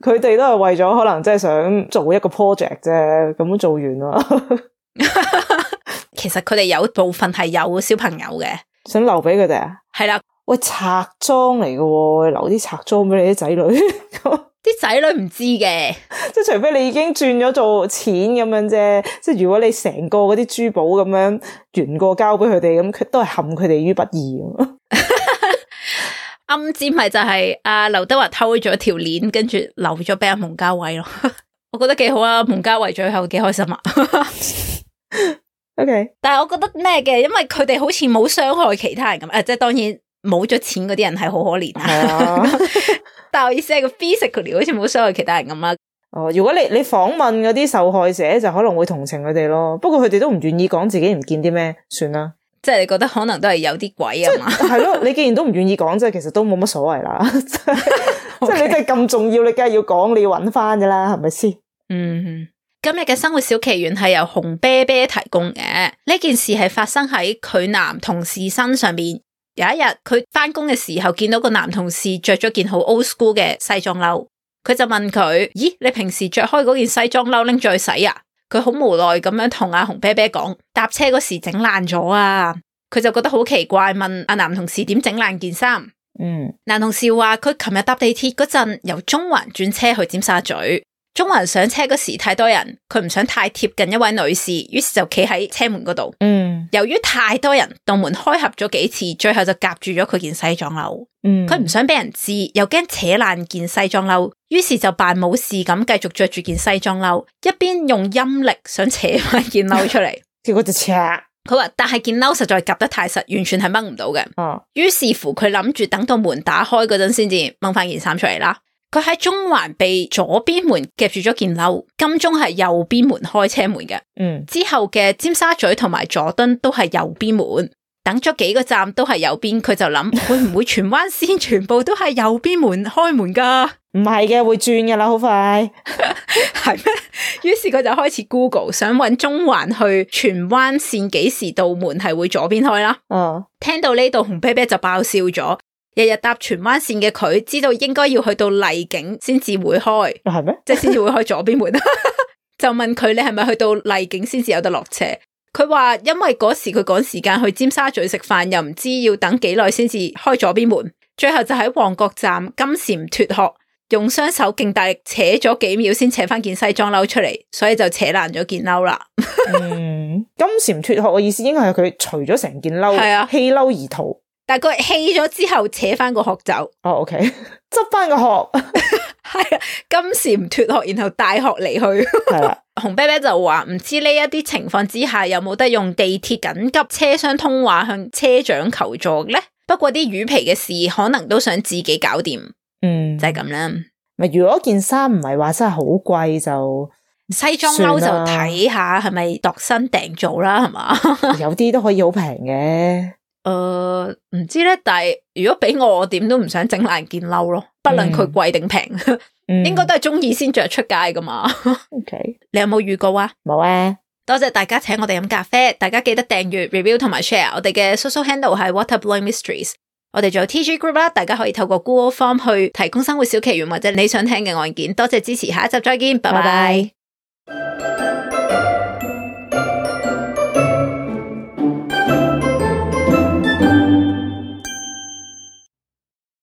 Speaker 2: 佢哋都係為咗可能即係想做一個 project 啫，咁做完啦，
Speaker 1: 其實佢哋有部分係有小朋友嘅，
Speaker 2: 想留俾佢哋啊？
Speaker 1: 係啦，
Speaker 2: 喂，賊裝嚟嘅喎，留啲賊裝俾你啲仔女，
Speaker 1: 啲仔女唔知嘅，
Speaker 2: 即係除非你已經轉咗做錢咁樣啫。即係如果你成個嗰啲珠寶咁樣原過交俾佢哋，咁佢都係陷佢哋於不義咁。
Speaker 1: 暗箭咪就係阿劉德華偷咗條鏈，跟住留咗俾阿蒙嘉慧咯。 我覺得幾好啊，蒙嘉慧最後幾開心啊！
Speaker 2: OK，
Speaker 1: 但係我覺得咩嘅，因為佢哋好似冇傷害其他人咁，誒、啊即係當然冇咗錢嗰啲人係好可憐
Speaker 2: 係
Speaker 1: 啊。
Speaker 2: 啊。
Speaker 1: 但係我意思係佢 physically 好似冇傷害其他人咁啊啦。
Speaker 2: 哦，如果你你訪問嗰啲受害者，就可能會同情佢哋咯。不過佢哋都唔願意講自己唔見啲咩，算啦。
Speaker 1: 即係你覺得可能都係有啲鬼啊嘛？
Speaker 2: 係咯，你既然都唔願意講，即係其實都冇乜所謂啦。 即係即係
Speaker 1: OK
Speaker 2: 你真係咁重要，你梗係要講，你要揾翻噶啦，係咪先？
Speaker 1: 嗯，今日嘅生活小奇緣係由紅啤啤提供嘅。呢件事係發生喺佢男同事身上面。有一日，佢翻工嘅時候見到個男同事着咗件好 old school 嘅西裝褸，佢就問佢：咦，你平時着開嗰件西裝褸拎咗去洗啊？佢好無奈咁樣同阿紅啤啤講：搭車嗰時整爛咗啊！佢就覺得好奇怪，問阿男同事點整爛件衫。
Speaker 2: 嗯
Speaker 1: 男同事話佢琴日搭地鐵嗰陣，由中環轉車去尖沙咀。中環上車嗰時太多人，佢唔想太貼近一位女士，於是就企喺車門嗰度。
Speaker 2: 嗯
Speaker 1: 由於太多人，道門開合咗幾次，最後就夾住咗佢件西裝褸。
Speaker 2: 嗯，
Speaker 1: 佢唔想俾人知，又驚扯爛件西裝褸，於是就扮冇事咁繼續着住件西裝褸，一邊用陰力想扯翻件褸出嚟。
Speaker 2: 結果就赤啊，
Speaker 1: 佢話：但係件褸實在夾得太實，完全係掹唔到嘅。於是乎，佢諗住等到門打開嗰陣先至掹翻件衫出嚟啦。佢喺中環被左邊門夾住咗件褸，金鐘係右邊門開車門嘅。
Speaker 2: 嗯
Speaker 1: 之後嘅尖沙咀同埋佐敦都係右邊門。等咗幾個站都係右邊，佢就諗會唔會荃灣線全部都係右邊門開門噶？
Speaker 2: 唔係嘅，會轉噶啦，好快。
Speaker 1: 係咩？於是佢就開始 Google 想揾中環去荃灣線幾時到門係會左邊開啦。
Speaker 2: 嗯
Speaker 1: 聽到呢度，紅啤啤就爆笑咗，日日搭荃灣線嘅佢，知道應該要去到麗景先至會開，
Speaker 2: 係咩？
Speaker 1: 即係先至會開左邊門。啊 就問佢你係咪去到麗景先至有得落車？佢話因為嗰時佢趕時間去尖沙咀食飯，又唔知要等幾耐先至開左邊門，最後就喺旺角站金蟬脫殼，用雙手勁大力扯咗幾秒先扯翻件西裝褸出嚟，所以就扯爛咗件褸啦。
Speaker 2: 嗯， 金蟬脱殼嘅意思應該係佢除咗成件褸，
Speaker 1: 係啊
Speaker 2: 棄褸而逃。哦
Speaker 1: 但係佢氣咗之後扯翻個殼走，
Speaker 2: ，OK，執 翻個 殼，
Speaker 1: 係啊，金蟬脫殼，然後帶殼離去。
Speaker 2: 係啦，
Speaker 1: 紅啤啤就話唔知呢一啲情況之下有冇得用地鐵緊急車廂通話向車長求助呢？不過啲魚皮嘅事可能都想自己搞掂，
Speaker 2: 嗯，
Speaker 1: 就係咁啦。
Speaker 2: 咪如果件衫唔係話真係好 貴就。
Speaker 1: 西裝褸就
Speaker 2: 算啦
Speaker 1: 睇下係咪度身訂做啦，係嘛？
Speaker 2: 有啲都可以好平嘅，
Speaker 1: 誒、呃唔知咧，但係如果俾我，我點都唔想整爛件褸咯，不論佢貴定平，
Speaker 2: 嗯
Speaker 1: 應該都係中意先着出街噶嘛。
Speaker 2: OK，
Speaker 1: 你有冇預告啊？
Speaker 2: 冇啊，
Speaker 1: 多謝大家請我哋飲咖啡，大家記得訂閱、review 同埋 share。我哋嘅 social handle 係 Water Blowing Mysteries。我哋仲有 TG group 啦，大家可以透過 Google Form 去提供生活小奇懸或者你想聽嘅案件。多謝支持，下一集再見，拜
Speaker 2: 拜
Speaker 1: 拜
Speaker 2: 拜。